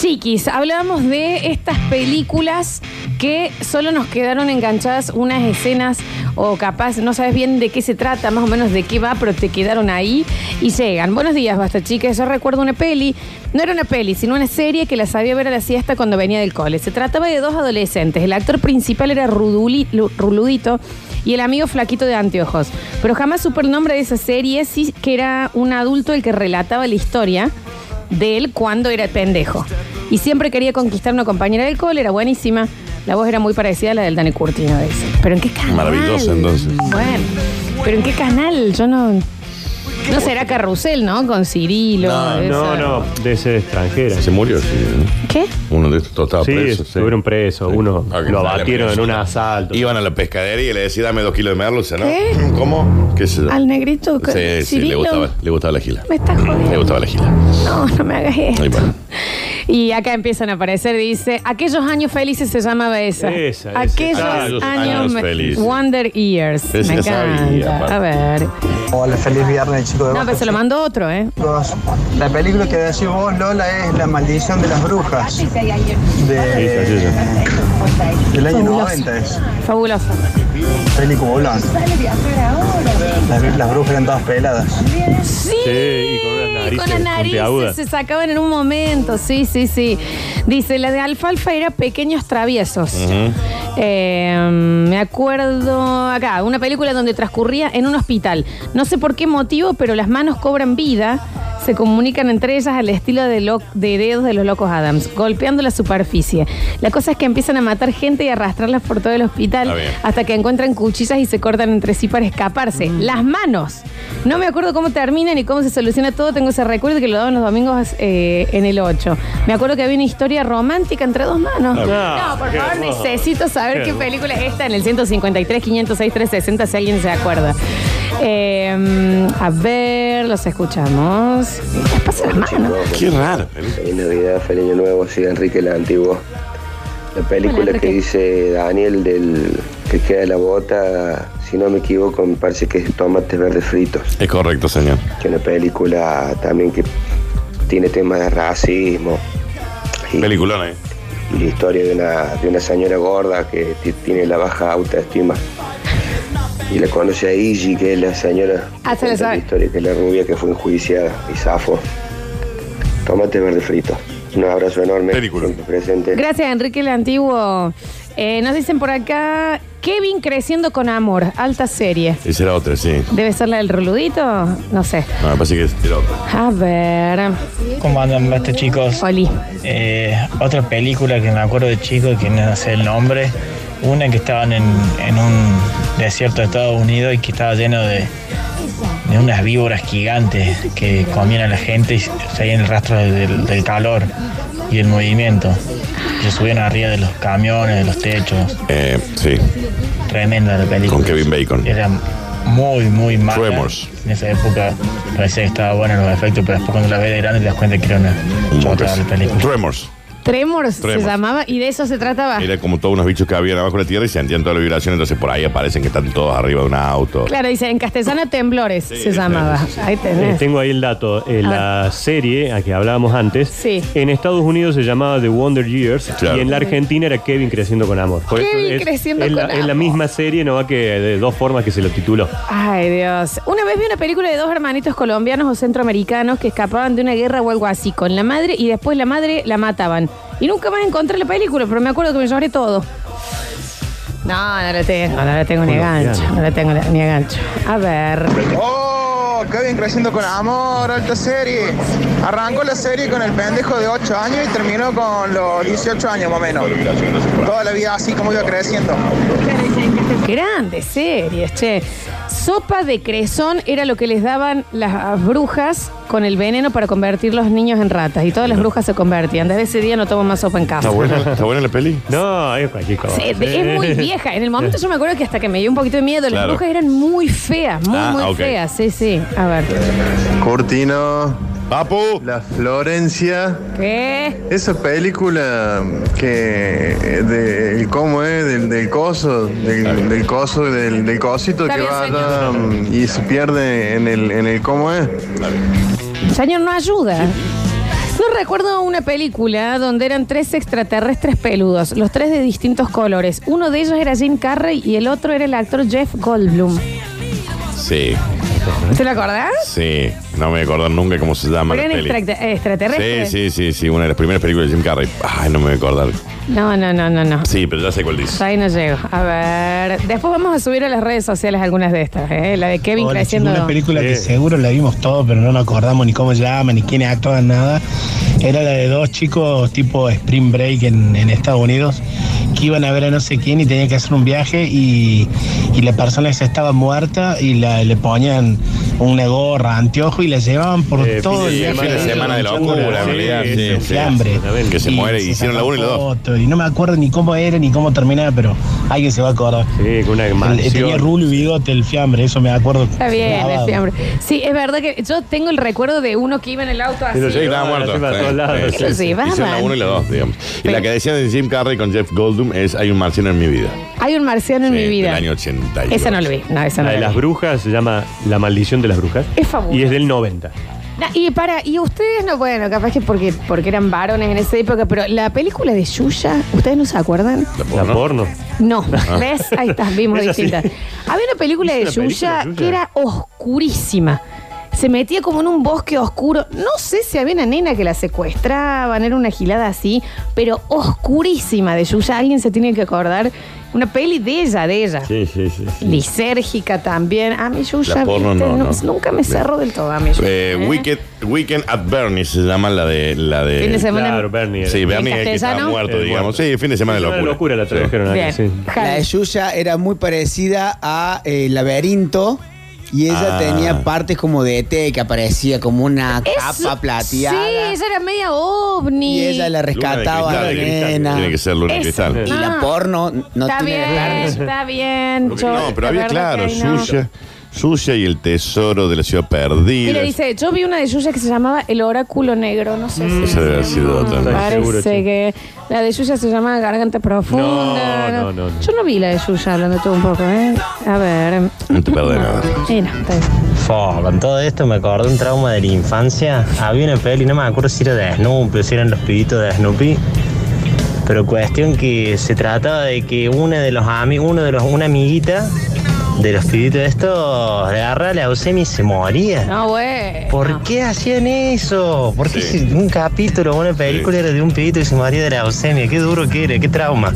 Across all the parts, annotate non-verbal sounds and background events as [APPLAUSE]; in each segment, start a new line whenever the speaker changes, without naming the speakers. Chiquis, hablábamos de estas películas que solo nos quedaron enganchadas unas escenas o capaz no sabes bien de qué se trata, más o menos de qué va, pero te quedaron ahí y llegan. Buenos días, basta chicas. Yo recuerdo una peli, no era una peli, sino una serie que la sabía ver a la siesta cuando venía del cole. Se trataba de dos adolescentes. El actor principal era Ruduli- Lu- Ruludito y el amigo flaquito de anteojos. Pero jamás supe el nombre de esa serie, sí que era un adulto el que relataba la historia de él cuando era pendejo. Y siempre quería conquistar una compañera del cole, era buenísima. La voz era muy parecida a la del Dani Curtino, dice. Pero ¿en qué canal?
Maravillosa, entonces.
Bueno, pero ¿en qué canal? Yo no... No será Carrusel, ¿no? Con Cirilo.
No,
esa-
Ah, No, no, de ser extranjera.
Se
Sí,
murió, sí. ¿no?
¿Qué?
Uno de estos todos estaba preso. sí.
estuvieron presos,
Sí.
uno
Ah, que
lo
sale
abatieron en
preso.
[LAUGHS]
un asalto.
Iban a la pescadería y le decían, dame dos kilos de merluza, ¿no? Mm,
¿Qué?
¿Cómo? ¿Qué es eso?
Al negrito. con-
Sí, sí, le
Cirilo.
gustaba, le gustaba la gila.
Me estás jodiendo.
Le gustaba la gila.
No, no me hagas esto.
Ahí va.
Y acá empiezan a aparecer, dice, aquellos años felices se llamaba esa.
Esa, esa,
aquellos
claro.
años,
Años
me-
felices.
Wonder Years.
Esa
me
sabía,
encanta.
aparte.
a ver.
Hola, feliz viernes, chicos. de
No, pero se lo mandó otro, ¿eh?
Chicos, La película que decís vos, Lola, es La Maldición de las Brujas.
Sí, sí,
De, del año 90 es.
Fabuloso.
Película. Las, las brujas eran todas peladas.
Sí,
y con unas narices
con las narices
puntiagudas.
se sacaban en un momento, sí, sí, sí. Dice, la de Alfalfa era Pequeños Traviesos. Eh, me acuerdo acá, una película donde transcurría en un hospital. No sé por qué motivo, pero las manos cobran vida, se comunican entre ellas al estilo de, lo- de dedos de los locos Adams, golpeando la superficie. La cosa es que empiezan a matar gente y arrastrarlas por todo el hospital
Está bien.
hasta que encuentran cuchillas y se cortan entre sí para escaparse.
Mm.
Las manos. No me acuerdo cómo termina ni cómo se soluciona todo. Tengo ese recuerdo que lo daban los domingos eh, en el 8. Me acuerdo que había una historia romántica entre dos manos. No,
Ah,
por
qué
favor,
hermoso.
necesito saber qué,
Qué
película es esta en el 153, 506, 360, si alguien se acuerda. Eh, a ver, los escuchamos. Les pasa las manos.
Qué raro. ¿eh?
Feliz Navidad, feliz Año Nuevo, soy Enrique el Antiguo. La película
Hola,
que
Enrique.
dice Daniel del que queda de la bota, si no me equivoco, me parece que es Tomates Verdes Fritos,
Es correcto, señor.
que es una película también que tiene temas de racismo y,
Peliculona, ¿eh?
y la historia de una, de una señora gorda que ti- tiene la baja autoestima. Y la conoce a Iggy, que es la señora
Ah, se
cuenta
la
la
sabe.
historia, que es la rubia que fue enjuiciada y zafo. Tomate verde frito. Un abrazo enorme.
Película.
Siempre Presente.
Gracias, Enrique el Antiguo. Eh, nos dicen por acá, Kevin creciendo con amor, alta serie.
Esa era otra, sí.
¿Debe ser la del reludito? No sé.
No, me parece que era otra.
A ver.
¿Cómo andan estos chicos?
Oli.
Eh, otra película que me acuerdo de chico, que no sé el nombre, una que estaban en, en un desierto de Estados Unidos y que estaba lleno de, de unas víboras gigantes que comían a la gente y seguían el rastro del, del calor y el movimiento. Y se subían arriba de los camiones, de los techos.
Eh, sí.
Tremenda la película.
Con Kevin Bacon.
Era muy, muy mala.
Tremors.
En esa época parecía que estaba bueno los efectos, pero después cuando la ves de grande te das cuenta que era una chota la película.
Tremors.
Tremors,
Tremors.
se llamaba y de eso se trataba.
Era como todos unos bichos que habían abajo de la tierra y sentían toda la vibración, entonces por ahí aparecen que están todos arriba de un auto.
Claro, dice en castellano temblores se
sí,
llamaba.
sí, Este, sí.
Ahí
Eh,
tenés.
tengo ahí el dato. Eh, la serie a que hablábamos antes,
Ah. Sí.
en Estados Unidos se llamaba The Wonder Years
Claro.
y en la Argentina era Kevin creciendo con amor. Por
Kevin Creciendo
es
con
la, es
Amor.
la misma serie, no va que de dos formas que se lo tituló.
Ay, Dios. Una vez vi una película de dos hermanitos colombianos o centroamericanos que escapaban de una guerra o algo así con la madre y después la madre la mataban. Y nunca más encontré la película, pero me acuerdo que me lloré todo. No, no la tengo, no la tengo ni a gancho. No la tengo ni a gancho. A ver.
¡Oh! Kevin creciendo con amor, alta serie. Arrancó la serie con el pendejo de 8 años y terminó con los 18 años más o menos. Toda la vida así como iba creciendo.
Grandes series, che. Sopa de cresón era lo que les daban las brujas con el veneno para convertir los niños en ratas. Y todas las brujas se convertían. Desde ese día no tomo más sopa en casa.
¿Está buena, ¿Está buena la peli?
No, es cualquier cosa.
Sí, Es, es muy vieja. En el momento yo me acuerdo que hasta que me dio un poquito de miedo,
Claro.
las brujas eran muy feas, muy,
Ah,
muy
ok.
feas. Sí, sí. A ver.
Cortino,
¡Papu!
La Florencia,
¿Qué?
esa película que eh, de el cómo es, del, del coso, del, del coso, del, del cosito
Está
que
bien,
va
señor.
allá, mm, y se pierde en el, en el cómo es.
Señor, no ayuda. No recuerdo una película donde eran tres extraterrestres peludos, los tres de distintos colores. Uno de ellos era Jim Carrey y el otro era el actor Jeff Goldblum.
Sí,
¿Te lo acordás?
sí. No me acuerdo nunca cómo se llama.
¿Ah?
la
Pero eran
peli.
extra- extraterrestres.
Sí, sí, sí, sí, una de las primeras películas de Jim Carrey. Ay, no me voy a acordar.
No, no, no, no, no.
Sí, pero ya sé cuál dice.
Hasta ahí no llego. A ver. Después vamos a subir a las redes sociales algunas de estas, ¿eh? La de Kevin
Hola, chicos,
creciendo.
Una película que
Sí.
seguro la vimos todos, pero no nos acordamos ni cómo llama, ni quiénes actúan, nada. Era la de dos chicos tipo Spring Break en, en Estados Unidos que iban a ver a no sé quién y tenían que hacer un viaje y, y la persona esa estaba muerta y la- le ponían una gorra, anteojo y la llevaban por
Eh,
todo
sí,
el viaje.
fin de
ahí,
semana de
luchando
locura, en
por-
realidad, sí,
por
sí.
fiambre.
Que se muere y hicieron la
sacan
uno y la dos.
fotos, Y no me acuerdo ni cómo era ni cómo terminaba, pero alguien se va a acordar.
Sí, con una
El- Tenía
mansión.
rulo y bigote el fiambre, eso me acuerdo.
Está bien,
Grabado.
el fiambre. Sí, es verdad que yo tengo el recuerdo de uno que iba en el auto así.
Pero sí,
Estaba
Ah,
muerto.
encima de
Sí,
todos lados.
sí,
Lo
sí.
llevaban.
Hicieron la 1 y la 2, digamos. Y la que decían de Jim Carrey con Jeff Goldblum es Hay un marciano en mi vida.
Hay un marciano en
Sí,
mi vida.
Del año 80.
Esa no lo vi. No, esa no
La de
la
las
vi.
brujas se llama La maldición de las brujas.
Es fabuloso.
Y es del 90.
No, y para, y ustedes no, bueno, capaz que porque, porque eran varones en esa época, pero la película de Yuya, ¿ustedes no se acuerdan?
La
La
porno.
porno.
Ah.
No, ¿ves? Ahí estás, vimos
[LAUGHS] Esa Ah. sí.
distintas. Había una película de
¿Es una película
Yuya
de Yuya?
que era oscurísima. Se metía como en un bosque oscuro. No sé si había una nena que la secuestraban, era una gilada así, pero oscurísima de Yuya. Alguien se tiene que acordar. Una peli de ella, de ella.
Sí, sí, sí.
Lisérgica también. A mí Yuya,
La porno
viste,
no,
no-
no.
nunca me cerró del todo a mí. Yuya,
Eh,
¿eh?
Weekend, Weekend at Bernie se llama la de. La de
Fin de semana.
Claro, Bernie.
Sí, Bernie es el que está
castellano?
muerto,
Eh,
digamos.
muerto.
Sí, fin de semana de
Una
locura.
locura la
Sí.
tradujeron acá,
Bien.
sí.
Javi.
La de Yuya era muy parecida a eh, Laberinto y ella
Ah.
tenía partes como de ET que aparecía como una
Eso-
capa plateada.
Sí, ella era media ovni.
Y ella la
Luna de
rescataba a la
cristal,
nena.
Tiene que ser Luna de
Eso.
Cristal.
Y la
Ah.
porno no
está,
tiene
bien,
carne.
está bien,
Porque
Yo-
no, pero
la
había
verdad
claro,
que ahí no.
suya, suya y el tesoro de la ciudad perdida.
Mira, dice, yo vi una de Yuya que se llamaba El Oráculo Negro, no sé si...
Esa debe haber sido otra, ¿no?
Parece
Seguro, sí.
que la de Yuya se llama Garganta Profunda.
No, no, no, no.
Yo no vi la de Yuya, hablando todo un poco, ¿eh? A ver...
No te perdés nada.
Sí, no, está bien.
Fo, con todo esto me acordé un trauma de la infancia. Había una peli, no me acuerdo si era de Snoopy o si eran los pibitos de Snoopy. Pero cuestión que se trataba de que una de los ami- uno de los, una amiguita de los pibitos estos le agarraba la leucemia y se moría.
No, güey.
¿Por qué hacían eso? ¿Por qué
Sí.
si un capítulo o una película
Sí.
era de un pibito que se moría de la leucemia? Qué duro que era, qué trauma.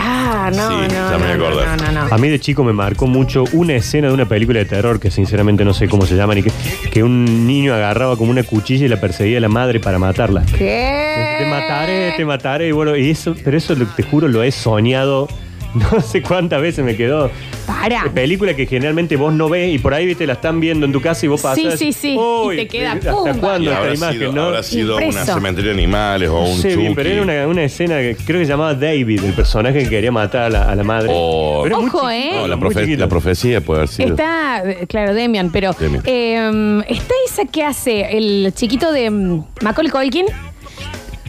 Ah, no,
Sí,
no,
ya me
no,
acordé.
no, no, no.
A mí de chico me marcó mucho una escena de una película de terror que sinceramente no sé cómo se llama ni qué, que un niño agarraba como una cuchilla y la perseguía a la madre para matarla.
¿Qué?
Te mataré, te mataré, y bueno, y eso, pero eso lo- te juro lo he soñado [LAUGHS] no sé cuántas veces me quedó. Eh,
Para.
Película que generalmente vos no ves y por ahí viste la están viendo en tu casa y vos pasas.
Sí, sí, sí,
"Uy,
y te queda,
¿Hasta
¡pumba!
cuándo
Y
esta
habrá
imagen,
sido,
no?
habrá sido una
Impreso.
cementerio de animales o
No
un
sé bien, pero
chuki.
era una, una escena que creo que se llamaba David, el personaje que quería matar a la, a la madre.
O-
Pero es muy
Ojo, ¿eh?
Oh. No, la,
muy
profe-
chiquito.
la profecía puede haber sido.
Está, eh, claro, Demian, pero
Demian.
eh, está esa que hace el chiquito de mm, Macaulay Culkin,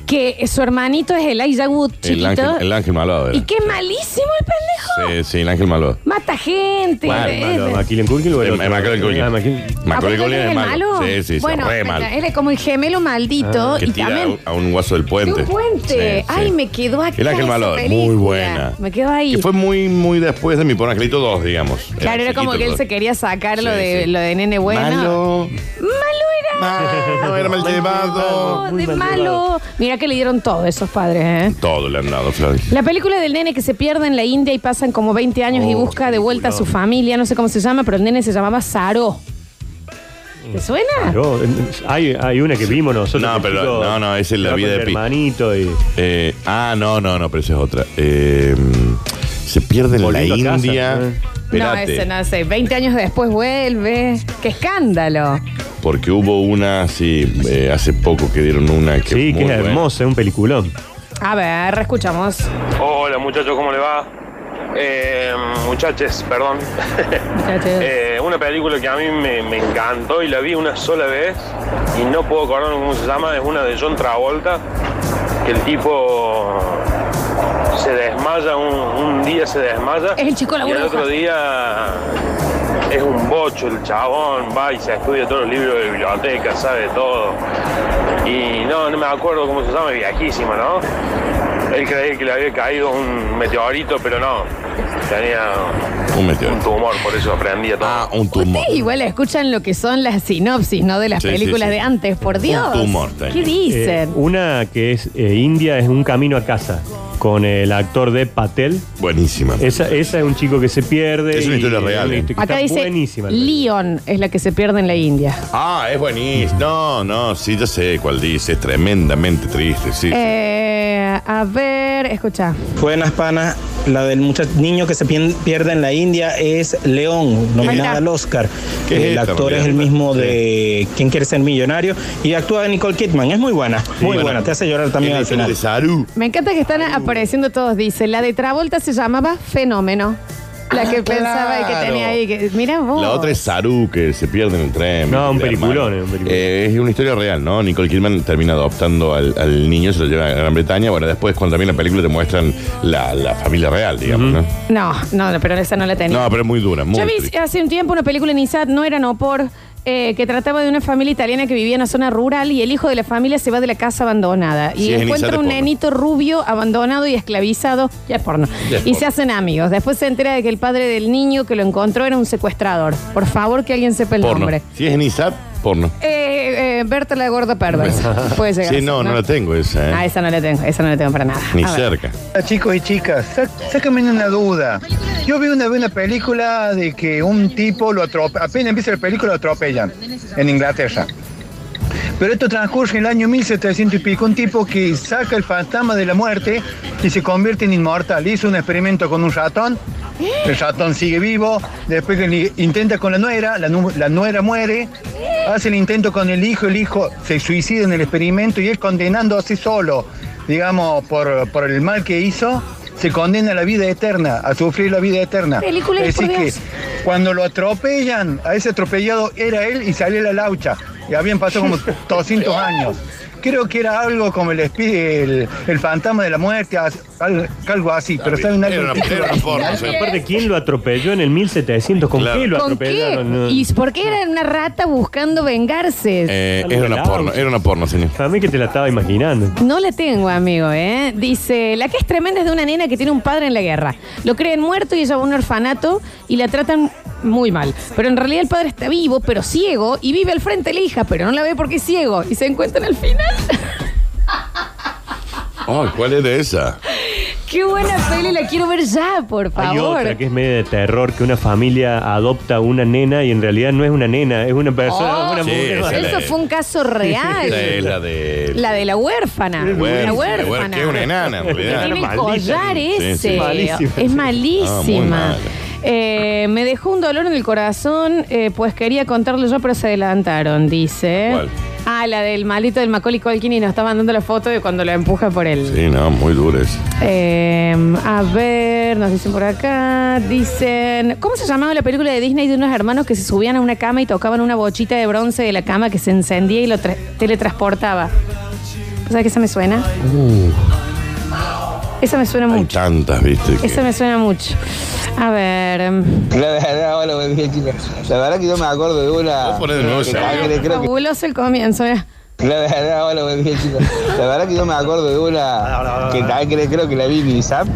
que su hermanito es el Elijah Wood
el,
chiquito.
ángel, el ángel malvado. era.
y qué malísimo el pendejo.
Sí, sí, el ángel malvado.
Mata gente.
Mal,
eh,
Malo,
eh,
¿Macaulay Culkin o el
Eh,
otro?
Macaulay Culkin.
Ah, Macaulay-
Macaulay
¿a poco
Culkin
él
es malo. Sí, sí, sí,
bueno,
re mal.
él es como el gemelo maldito.
Que
y
tira a
también.
un- a un guaso del
de
puente.
un puente.
Sí, sí.
Ay, me quedó aquí.
El ángel malvado, muy buena.
Me quedó ahí.
Que fue muy, muy después de mi por Angelito 2, digamos.
Claro, era como
chiquito
que él
todo.
se quería sacar lo,
Sí,
de,
sí.
lo de nene bueno.
Malo.
Malo era.
Malo, era mal llevado.
Oh,
Muy
de
mal
malo. Mira que le dieron todo a esos padres, ¿eh?
Todo le han dado, Flores.
La película del nene que se pierde en la India y pasan como 20 años y
Oh,
busca de vuelta a su familia, no sé cómo se llama, pero el nene se llamaba Saro. ¿Te suena?
Yo, eh, hay, hay una que vimos nosotros.
No,
que
pero-
chico
no, no, es en la
estaba
vida
con
de
el
Pi.
hermanito y.
Eh, ah, no, no, no, pero esa es otra. Eh, se pierde en la
Volviendo a casa,
India.
¿eh?
No,
Espérate,
ese no sé. 20 años después vuelve. ¡Qué escándalo!
porque hubo una, sí, eh, hace poco que dieron una que
Sí,
muy
que es
buena.
hermosa, es un peliculón.
A ver, escuchamos.
Hola muchachos, ¿cómo le va? Eh, muchachos, perdón. [LAUGHS] Eh, una película que a mí me, me encantó y la vi una sola vez y no puedo acordarme cómo se llama, es una de John Travolta, que el tipo se desmaya, un, un día se desmaya
Es el chico de la
y el
burbuja.
otro día
es un bocho el chabón, va y se estudia todos los libros de biblioteca, sabe todo. Y no, no me acuerdo cómo se llama, viejísimo, ¿no? Él creía que le había caído un meteorito, pero no. Tenía
Un meteorito.
un tumor, por eso aprendía todo. Ah,
un tumor.
Ustedes igual escuchan lo que son las sinopsis, ¿no? De las
Sí, sí,
películas
sí.
de antes, por Dios.
Un tumor
¿Qué dicen?
Eh, una que es eh, India es un camino a casa con el actor de Patel.
Buenísima.
Esa, esa es un chico que se pierde.
Es una historia real, ¿eh?
Acá dice
buenísima.
Leon es la que se pierde en la India.
Ah, es buenísimo. No, no, sí, ya sé cuál dice. Es tremendamente triste, sí.
Eh, a ver, escucha.
Buenas, pana. La del muchacho niño que se pien- pierde en la India es León,
Ahí
nominada
está.
al Oscar.
¿Qué es
El
esta,
actor es el
Mariana?
mismo de ¿Quién quiere ser millonario? Y actúa Nicole Kidman. Es muy buena, muy
bueno.
buena. Te hace llorar también al final.
Me encanta que están apareciendo todos, dice. La de Travolta se llamaba Fenómeno. La que pensaba que tenía ahí. Que, mira vos.
La otra es Saru, que se pierde en el tren.
No, un
el hermano.
peliculón, es un
Eh, es una historia real, ¿no? Nicole Kidman termina adoptando al, al niño, se lo lleva a Gran Bretaña. Bueno, después cuando también la película te muestran la, la familia real, digamos,
No, no, no, pero esa no la
¿no?
tenía.
No, pero es muy dura, muy
Yo vi
triste.
hace un tiempo una película en ISAT, no era no por, eh, que trataba de una familia italiana que vivía en una zona rural y el hijo de la familia se va de la casa abandonada y
Si es en
encuentra
ISAT,
un
es porno.
nenito rubio abandonado y esclavizado, ya es porno,
Ya es
y
porno.
se hacen amigos. Después se entera de que el padre del niño que lo encontró era un secuestrador. Por favor, que alguien sepa el
porno.
nombre.
Si es en ISAP, porno.
Eh, eh, Berta la gorda
[LAUGHS]
perversa. Puede llegar. a
Sí,
ser,
no, no, la tengo esa, ¿eh?
Ah, esa no la tengo, esa no la tengo para nada.
Ni
A ver.
cerca.
Hola, chicos y chicas, sá- sácame una duda. Yo vi una vez una película de que un tipo lo atropellan, apenas empieza la película lo atropellan en Inglaterra. Pero esto transcurre en el año 1700 y pico, un tipo que saca el fantasma de la muerte y se convierte en inmortal. Hizo un experimento con un ratón, el ratón sigue vivo, después que li- intenta con la nuera, la, nu- la nuera muere, hace el intento con el hijo, el hijo se suicida en el experimento y él condenándose solo, digamos, por, por el mal que hizo, se condena a la vida eterna, a sufrir la vida eterna.
Película,
es decir
por
que
Dios.
cuando lo atropellan, a ese atropellado era él y salió la laucha. Y habían pasado
[LAUGHS]
como 200 años. Creo que era algo como el, espi- el, el fantasma de la muerte, as- al- algo así. Pero saben algo.
Era una-
el título
era una
original?
Aparte, ¿quién lo atropelló en el 1700? ¿Con qué lo
¿Con qué?
atropellaron? No.
¿Y por qué era una rata buscando vengarse?
Eh, era una porno, era una porno, señor.
A mí que te la estaba imaginando.
No la tengo, amigo, ¿eh? Dice, la que es tremenda es de una nena que tiene un padre en la guerra. Lo creen muerto y ella va a un orfanato y la tratan muy mal. Pero en realidad el padre está vivo, pero ciego, y vive al frente de la hija, pero no la ve porque es ciego. Y se encuentran al final. [LAUGHS]
Ay, ¿cuál era esa?
¡Qué buena peli! La quiero ver ya, por
Hay otra
favor.
que es medio de terror, que una familia adopta una nena y en realidad no es una nena, es una persona,
Oh,
una mujer.
esa
Eso fue un caso real.
Esa es la de.
La de la huérfana.
Huérfana,
La huérfana.
Que es una enana, en realidad.
Tiene el collar
Sí,
ese.
sí.
Es
Ah, muy
malísima.
mala.
Eh, me dejó un dolor en el corazón, eh, pues quería contarlo yo, pero se adelantaron, dice.
¿Cuál?
Ah, la del malito del Macaulay Culkin y nos está mandando la foto de cuando lo empuja por él.
Sí, no, muy dura esa.
Eh, a ver, nos dicen por acá, dicen, ¿cómo se llamaba la película de Disney de unos hermanos que se subían a una cama y tocaban una bochita de bronce de la cama que se encendía y lo tra- teletransportaba? ¿Sabes que esa me suena?
Uh,
Esa me suena
hay
mucho.
tantas, viste. que-
Esa me suena mucho. A ver. em,
La verdad, hola, buen día, chicos. La verdad que yo me acuerdo de una.
poné de nuevo
que
ese audio.
Cangre, creo que-
Fabuloso el comienzo. eh.
La verdad, [LAUGHS] hola, buen día, chicos. La verdad que yo me acuerdo de una que Cangre, creo que la vi en ISAP.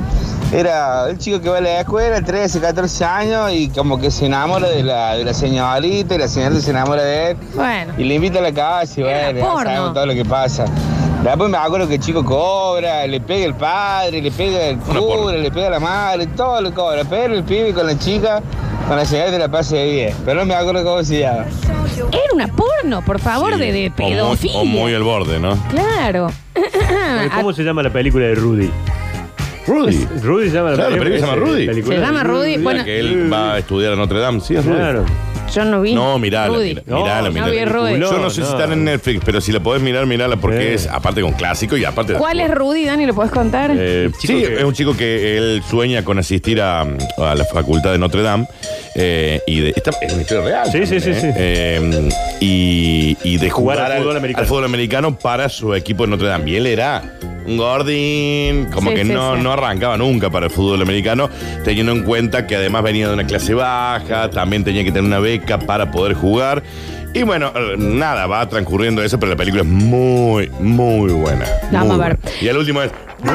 Era el chico que va a la escuela, 13, 14 años, y como que se enamora de la, de la señorita, y la señorita se enamora de él.
Bueno.
Y le invita a la casa y bueno, ya
porno.
sabemos todo lo que pasa. Después me acuerdo que el chico cobra, le pega el padre, le pega el cura, le pega la madre, todo lo cobra. Pero el pibe con la chica, con la señora de la pase de 10. Pero no me acuerdo cómo se llama.
Era una porno, por favor, de, de
O muy-
pedofilia.
O muy al borde, ¿no?
Claro. Ah,
Pero Eh, ¿Cómo se llama la película de Rudy?
Rudy.
Rudy se llama la eh,
Claro, la película se llama Rudy.
Se llama Rudy,
La
bueno.
que él va a estudiar a Notre Dame, sí, es Rudy.
Claro.
Yo no vi.
No, mirala,
Rudy.
mira- mirala,
No,
mirala.
no vi Rudy.
Yo no sé si están en Netflix, pero si la podés mirar, mirala, porque es aparte con clásico y aparte...
¿Cuál es Rudy, Dani? ¿Lo puedes contar?
Eh, sí, es un chico que él sueña con asistir a, a la facultad de Notre Dame. eh, y de, esta es una historia real.
Sí, sí,
también,
sí, sí.
eh. Eh, y, y de
Jugar
jugar,
al fútbol americano.
al fútbol americano para su equipo de Notre Dame. Y él era un gordín, como
Sí,
que
sí,
no,
sí.
no arrancaba nunca para el fútbol americano, teniendo en cuenta que además venía de una clase baja, también tenía que tener una beca para poder jugar. Y bueno, eh, nada, va transcurriendo eso, pero la película es muy, muy buena.
La
muy
vamos a ver.
buena. Y el último es...
Ah,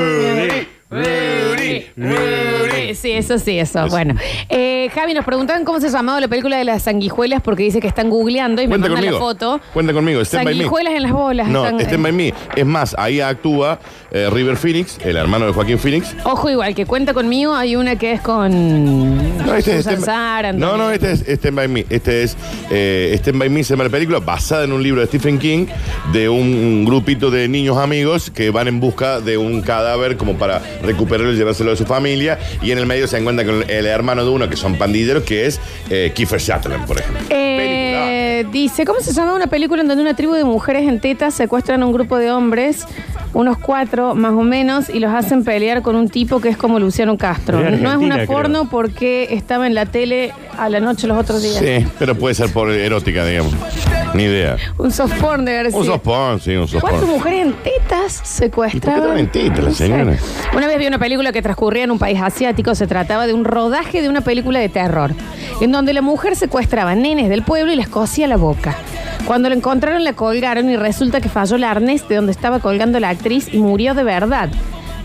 Sí, eso sí, eso. Bueno, Eh, Javi, nos preguntaban cómo se llamaba la película de las sanguijuelas porque dice que están googleando y
Cuenta
me
conmigo.
mandan la foto.
Cuenta conmigo. Stand by me.
Sanguijuelas en las bolas.
No,
están-
Stand by me. Es más, ahí actúa eh, River Phoenix, el hermano de Joaquín Phoenix.
Ojo, igual que cuenta conmigo, hay una que es con.
No, este es
Susan
Stand-
Sarandon.
No, no, este es Stand By Me. Este es eh, Stand By Me, se llama la película, basada en un libro de Stephen King, de un, un grupito de niños amigos que van en busca de un cadáver como para recuperarlo y llevárselo de su familia. Y en el medio se encuentran con el hermano de uno, que son pandilleros, que es eh, Kiefer Sutherland, por ejemplo.
Eh, dice, ¿cómo se llama una película en donde una tribu de mujeres en tetas secuestran a un grupo de hombres, unos cuatro más o menos, y los hacen pelear con un tipo que es como Luciano Castro?
Era
No es una
argentina,
porno porque estaba en la tele a la noche los otros días.
Sí, pero puede ser por erótica, digamos. Ni idea.
Un soft porn de García.
Un soft porn, sí, un soft
Cuatro
porn.
mujeres en tetas secuestradas.
Pero mentira, la señora.
Una vez vi una película que transcurría en un país asiático. Se trataba de un rodaje de una película de terror, en donde la mujer secuestraba nenes del pueblo y les cosía la boca. Cuando la encontraron, la colgaron y resulta que falló el arnés de donde estaba colgando la actriz y murió de verdad.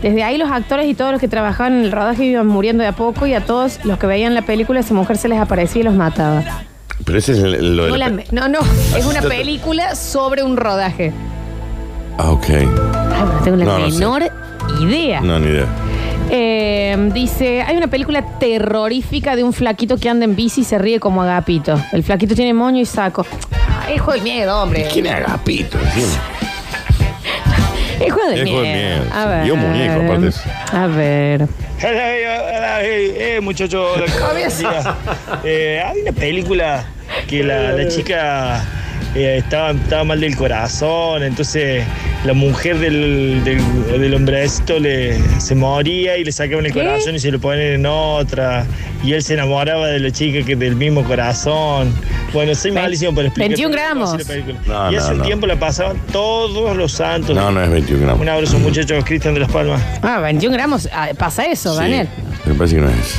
Desde ahí los actores y todos los que trabajaban en el rodaje iban muriendo de a poco y a todos los que veían la película esa mujer se les aparecía y los mataba.
Pero ese es el- lo de
No,
la
la-
pe- [LAUGHS]
no, no, es una película sobre un rodaje.
Ah, ok.
Ah, no tengo la
No, no sé.
menor idea.
No, ni idea.
Eh, dice, hay una película terrorífica de un flaquito que anda en bici y se ríe como Agapito. El flaquito tiene moño y saco. Ah, Es juego del miedo, hombre.
¿Quién es Agapito? ¿Quién?
Es juego del
Es
miedo.
juego del miedo,
A
sí.
ver.
Y un muñeco, aparte es-
A ver.
[LAUGHS] Eh, muchachos,
[LAUGHS]
Eh, hay una película que la, la chica eh, estaba, estaba mal del corazón, entonces la mujer del, del, del hombrecito le, se moría y le sacaban el
¿Qué?
corazón y se lo ponían en otra. Y él se enamoraba de la chica que del mismo corazón. Bueno, soy malísimo para explicar.
21
pero
gramos.
así la película.
No,
y
no,
hace un
no.
tiempo la pasaban todos los santos.
No, no es 21 gramos.
Un abrazo, muchachos. Cristian de las Palmas.
Ah, 21 gramos. Ah, pasa eso, Daniel.
Me parece que no es.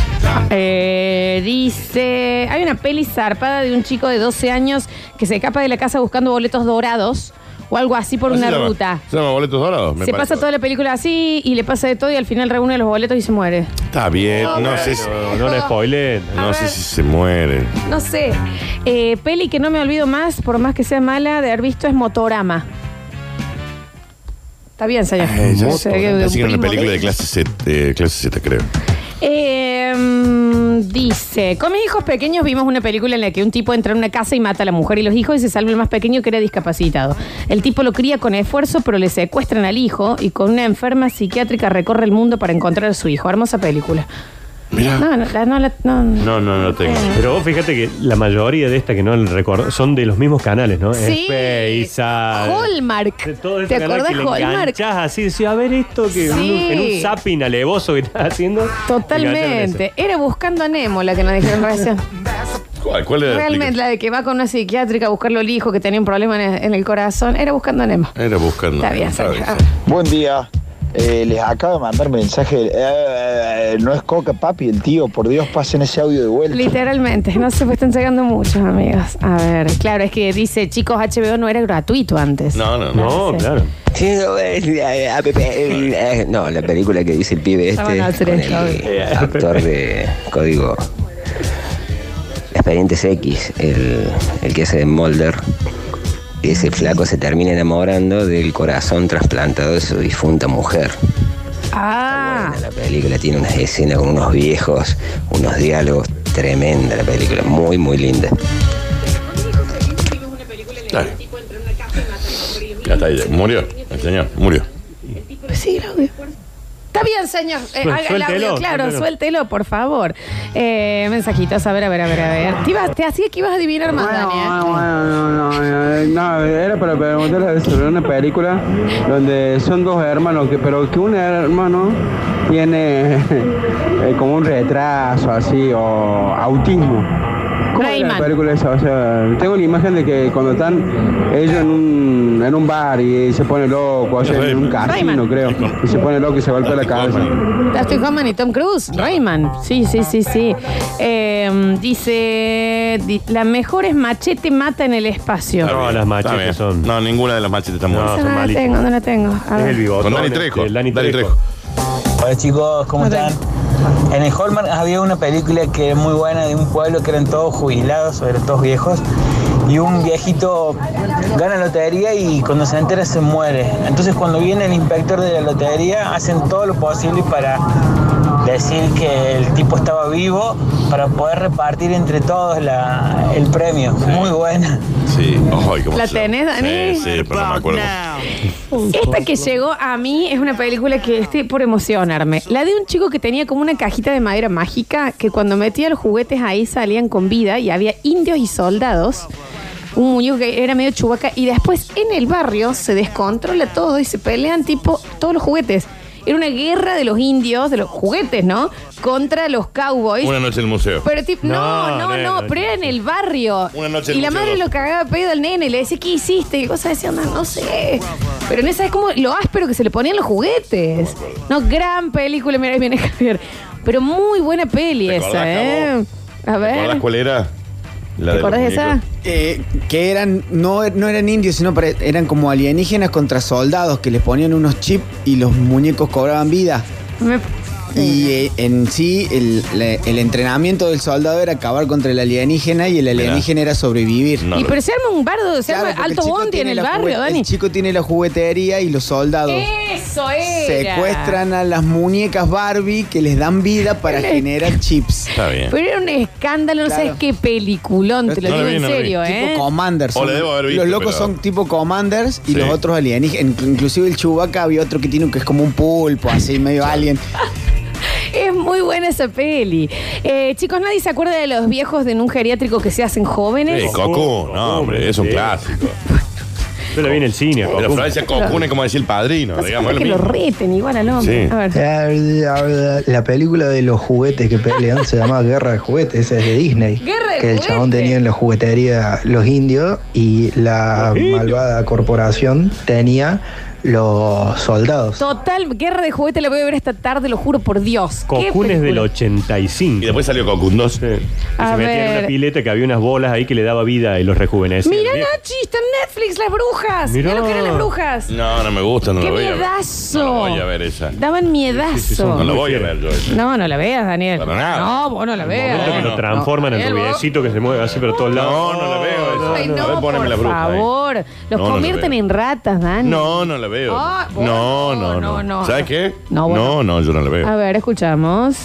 Eh, dice, hay una peli zarpada de un chico de 12 años que se escapa de la casa buscando boletos dorados o algo así por
¿Así
una
se llama?
ruta.
¿Se llama boletos dorados? Me
Se
parece.
pasa toda la película así y le pasa de todo y al final reúne los boletos y se muere.
Está bien, no,
No,
sé si.
bueno, no la
spoilen. No sé si se muere.
No sé. Eh, peli que no me olvido más, por más que sea mala, de haber visto es Motorama. Está bien, señor.
Eh, ya
O
sé,
sea, que
Así que
un
era una
primo
película de clase Z, eh, clase Z, creo.
Eh, mm, dice, con mis hijos pequeños vimos una película en la que un tipo entra en una casa y mata a la mujer y los hijos y se salva el más pequeño que era discapacitado. El tipo lo cría con esfuerzo, pero le secuestran al hijo y con una enferma psiquiátrica recorre el mundo para encontrar a su hijo. Hermosa película.
Ah.
No, no, la- no, la- no, no.
No, no, no tengo.
Eh. Pero vos fíjate que la mayoría de estas que no recuerdo son de los mismos canales, ¿no?
Sí.
Space,
Hallmark. ¿Te
canal
acordás
que le
Hallmark?
enganchás así, decís, a ver esto que en un-
Sí.
en un zapping alevoso que estás haciendo.
Totalmente. Era buscando a Nemo la que nos
[LAUGHS]
dijeron recién.
¿Cuál, cuál era la
Realmente la de que va con una psiquiátrica a buscarlo el hijo que tenía un problema en el, en el corazón. Era buscando a Nemo.
explicación? Era buscando.
Está bien,
Está
señor.
Buen día. Eh, les acabo de mandar mensaje. Eh, eh, no es Coca Papi, el tío. Por Dios, pasen ese audio de vuelta.
Literalmente, no se me están llegando muchos amigos. A ver, claro, es que dice, chicos, HBO no era gratuito antes.
No, no,
no. No, claro.
Sí, no, es la- eh, APP, el, eh, no, la película que dice el pibe
Ya van a
este
hacer
con el
esto,
eh,
[LAUGHS]
actor de código Expedientes X, el, el que hace de Mulder. Ese flaco se termina enamorando del corazón trasplantado de su difunta mujer.
Ah,
La película tiene unas escenas con unos viejos, unos diálogos tremenda la película, muy muy linda.
Ya está, ya. murió. El señor, murió.
pues sí, el audio. Está bien, señor. Eh,
Suel-
haga el audio,
suéltelo,
claro,
suéltelo.
suéltelo, por favor. Eh, mensajitos, a ver, a ver, a ver, a ver. Te, ibas- te hacía que ibas a adivinar más, Dani. ¿eh?
No, no, eh, no, era para preguntarle sobre una película donde son dos hermanos, que, pero que un hermano tiene eh, como un retraso así o autismo. ¿Cómo era la
Rayman.
película esa? O sea, tengo una imagen de que cuando están ellos en un, en un bar y se pone loco, o sea, en un casino, creo, y se pone loco y se golpea la cabeza.
Dustin Hoffman y Tom Cruise, Rayman. Sí, sí, sí, sí. Eh, dice, di- la mejor es machete mata en el espacio.
No, las machetes son.
No, ninguna de las machetes está
buenas.
Esa no la Ah, tengo, Ah. no la tengo. A ver.
bigotón,
Con Dani
este,
Trejo.
el Dani Trejo.
Hola chicos, ¿cómo están? En el Hallmark había una película que era muy buena de un pueblo que eran todos jubilados, o eran todos viejos, y un viejito gana lotería y cuando se entera se muere. Entonces cuando viene el inspector de la lotería hacen todo lo posible para decir que el tipo estaba vivo para poder repartir entre todos la- el premio. Muy buena.
Sí. Ay, cómo
¿La
se llama.
tenés, Dani?
Sí, sí, pero no me acuerdo.
Esta que llegó a mí es una película que estoy por emocionarme. La de un chico que tenía como una cajita de madera mágica que cuando metía los juguetes ahí salían con vida y había indios y soldados. Un muñeco que era medio chubaca y después en el barrio se descontrola todo y se pelean tipo todos los juguetes. Era una guerra de los indios, de los juguetes, ¿no? Contra los cowboys.
Una noche en el museo.
Pero tip- no, no, no, pero era en el barrio.
Una noche en
y la
el
madre
museo.
lo cagaba a pedo al nene, le decía, ¿qué hiciste? Y cosas decía, no, no sé. Pero en esa es como lo áspero que se le ponían los juguetes. No, gran película, mira, ahí viene [LAUGHS] Javier. Pero muy buena peli
¿Te acordás,
esa, ¿eh? A
¿Recuerdas
ver.
cuál era? La
¿Te
de los
acordás de esa?
muñecos.
Eh, que eran, no, no eran indios, sino pare- eran como alienígenas contra soldados que les ponían unos chips y los muñecos cobraban vida.
Me-
Y eh, en sí, el, la- el entrenamiento del soldado era acabar contra el alienígena y el alienígena era sobrevivir.
y pero se arma un bardo, se
Claro,
arma
porque el
alto
chico
bondi en
tiene
el
la
barrio,
juguete-
Dani.
El chico tiene la juguetería y los soldados
Eso era.
secuestran a las muñecas Barbie que les dan vida para generar chips.
Está bien.
Pero era un escándalo, no
Claro.
sabes qué peliculón, te lo
No
digo
la vi,
en
no la vi.
serio, ¿eh?
Tipo commanders.
O
son-
la debo haber visto,
los locos
pero-
son tipo commanders y
Sí.
los otros alienígenas. Inc- Inclusive el Chewbacca había otro que tiene un- que es como un pulpo, así medio alien.
Es muy buena esa peli. Eh, chicos, nadie se acuerda de los viejos de un geriátrico que se hacen jóvenes.
Sí, Cocoon. No, hombre, es un
sí.
clásico.
Yo la vi en el cine.
De la
Cocoon.
Francia, Cocoon es como decir el padrino, digamos.
es
es
que
lo
lo
mismo.
reten igual al hombre.
Sí.
A ver.
Eh, La película de los juguetes que pelean se llama Guerra de Juguetes, esa es de Disney.
Guerra de
que el chabón tenía en la juguetería los indios y la malvada corporación tenía los soldados.
Total, guerra de juguete la voy a ver esta tarde, lo juro por Dios. ¿Qué
Cocoon es del
película?
85. Y
después salió Cocoon 2.
A
se metían en
ver.
una pileta que había unas bolas ahí que le daba vida y los rejuvenecía.
Mirá, Nachi, está en Netflix, las brujas. Mirá,
Mirá.
lo que eran las brujas.
No, no me gusta, no
¡Qué
lo voy a ver.
miedazo!
No la voy a ver esa.
Daban miedazo.
No la voy a ver yo esa.
no, no la veas, Daniel.
Para nada.
No, vos no la veas.
Esto que lo
No,
transforman en
Daniel, vos-
rubiecito que se mueve así pero todos lados.
No, no la veo esa.
Ay,
A
no,
ver, poneme
por
la bruja ahí.
favor. Los
No, no la
convierten
veo.
en ratas, Dani.
No, no la veo.
Ah, vos-
no, no,
no,
no,
no.
¿Sabes qué?
No, vos
no, no, yo no la veo.
A ver, escuchamos.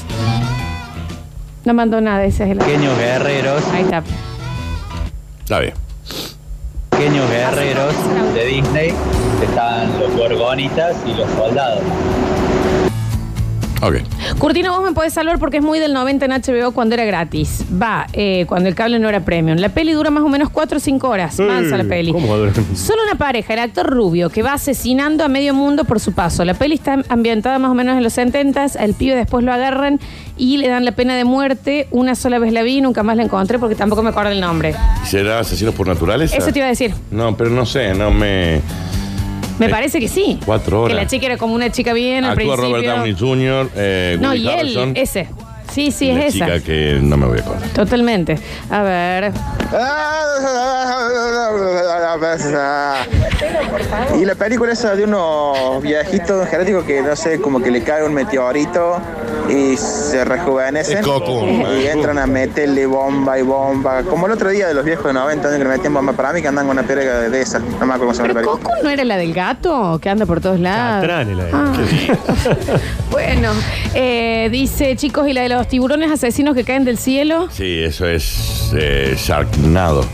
No mandó nada, ese es el.
Pequeños guerreros.
Ahí está.
Está bien.
pequeños guerreros de Disney estaban los gorgonitas y los soldados.
Ok.
Curtino, vos me podés salvar porque es muy del 90 en HBO cuando era gratis. Va, eh, cuando el cable no era premium. La peli dura más o menos 4 o 5 horas. Mansa la peli.
¿Cómo va a durar?
Solo una pareja, el actor rubio, que va asesinando a medio mundo por su paso. La peli está ambientada más o menos en los 70 Al pibe después lo agarran y le dan la pena de muerte. Una sola vez la vi y nunca más la encontré porque tampoco me acuerdo el nombre.
¿Será asesinos por naturaleza?
Eso te iba a decir.
No, pero no sé, no me.
Me parece que sí.
Cuatro
Que
horas.
la chica era como una chica bien al
Actúa
principio.
Robert Downey Jr., eh,
no,
Woody
y él,
Harrelson.
ese. Sí, sí,
la
es esa.
chica que no me voy a acordar.
Totalmente. A ver.
Y la película esa de unos viejitos genéticos que no sé, como que le cae un meteorito y se rejuvenecen.
Es Cocoon.
Y entran a meterle bomba y bomba. Como el otro día de los viejos de 90 años que le metían bomba para mí que andan con una perga de esas. No me acuerdo cómo se llama la película.
¿Coco Oh, no era la del gato que anda por todos lados?
Catrán era
Ah. [LAUGHS] bueno, eh, dice chicos, ¿y la de los tiburones asesinos que caen del cielo?
Sí, eso es eh, Sharknado.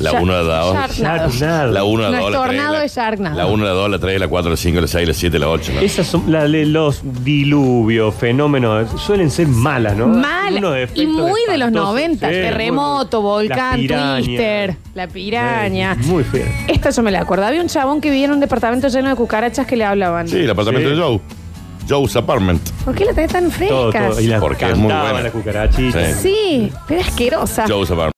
La
Shark-
1, la 2.
Sharknado. Sharknado.
La 1, la
No,
2,
es
la 3.
tornado, es Sharknado.
La 1, la 2, la 3, la 4, la 5, la 6, la 7, la 8.
Esas son las de los diluvios, fenómenos, suelen ser malas, ¿no?
Mal.
Unos
Y
efectos
muy de los
espantosos.
90.
Sí,
Terremoto,
muy-
volcán,
La piraña.
twister, la piraña.
Muy feo.
Esta yo me la acuerdo. Había un chabón que vivía en un departamento lleno de cucarachas que le hablaban.
Sí, el apartamento
Sí.
de Joe. Joe's apartment.
¿Por qué la tenés tan fresca?
Porque es muy buena.
la cucarachita.
Sí, pero asquerosa.
Joe's apartment.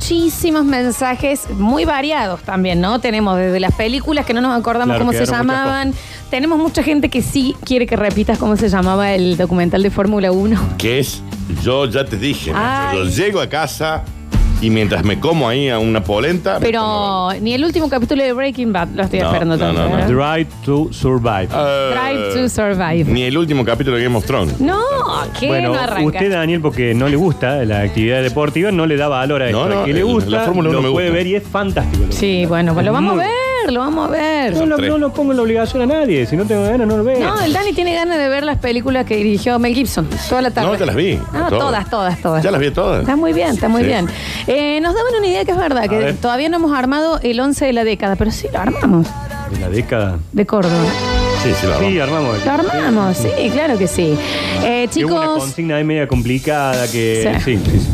muchísimos mensajes muy variados también, ¿no? Tenemos desde las películas que no nos acordamos
Claro,
cómo se
quedaron muchas
llamaban. Tenemos mucha gente que sí quiere que repitas cómo se llamaba el documental de Fórmula 1.
¿Qué es? Yo ya te dije, Nacho,
Ay.
yo llego a casa y mientras me como ahí a una polenta,
Pero ni el último capítulo de Breaking Bad lo estoy esperando tanto. ¿verdad?
Drive to Survive.
Drive to Survive.
Ah, Ni el último capítulo de Game of Thrones.
No, ¿qué
bueno,
no arranca?
usted, Daniel, porque no le gusta la actividad deportiva, no le da valor a esto.
no,
Al que
el-
le gusta,
la Fórmula
lo
uno me
puede
gusta.
ver y es fantástico.
Sí, bueno, pues lo vamos a ver, lo vamos a ver.
No, lo- no lo pongo en la obligación a nadie. Si no tengo ganas, no lo veo.
No, el Dani tiene ganas de ver las películas que dirigió Mel Gibson toda la tarde.
No, ya las vi,
Ah,
todas.
todas, todas, todas.
Ya las vi todas.
Está muy bien, está muy
Sí.
bien. Eh, nos daban una idea que es verdad, que
ver.
todavía no hemos armado el 11 de la década, pero sí lo armamos,
De la década.
de Córdoba.
Sí, sí, lo
armamos. Sí, armamos.
Lo armamos, sí, claro que sí. Eh,
Que hubo una
chicos,
consigna ahí media complicada que.
Sí.
Sí, sí, sí.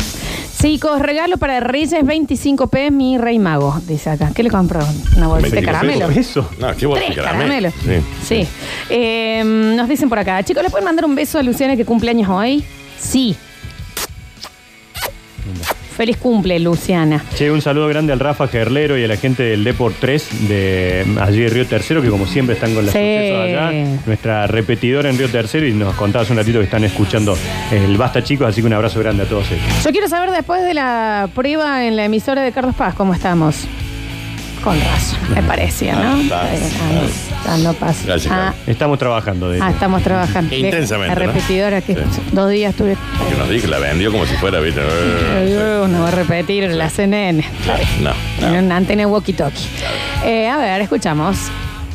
chicos, regalo para Reyes 25 p mi rey mago, dice acá. ¿Qué le compró? Una bolsita de
[LAUGHS]
Este caramelo.
Eso.
No, qué bolsa de
Tres
caramelo.
caramelos.
Sí.
Sí. Eh, nos dicen por acá, chicos, ¿le pueden mandar un beso a Luciana que cumple años hoy? Sí. Feliz cumple, Luciana.
Che, un saludo grande al Rafa Gerlero y a la gente del Deport 3 de mm, allí de Río Tercero, que como siempre están con las
Sí.
sucesos allá. Nuestra repetidora en Río Tercero y nos contabas un ratito que están escuchando el Basta Chicos, así que un abrazo grande a todos ellos.
Yo quiero saber después de la prueba en la emisora de Carlos Paz cómo estamos. Con razón, me parecía, ¿no? Eh, ah, no pasa. Ah,
Estamos trabajando de
ah, estamos trabajando.
Intensamente,
La
¿no?
repetidora que dos días estuve.
Que nos dijo, la vendió como si fuera, ¿viste?
Eh, No va a repetir la CNN.
No.
En una antena de walkie-talkie. Eh, a ver, escuchamos.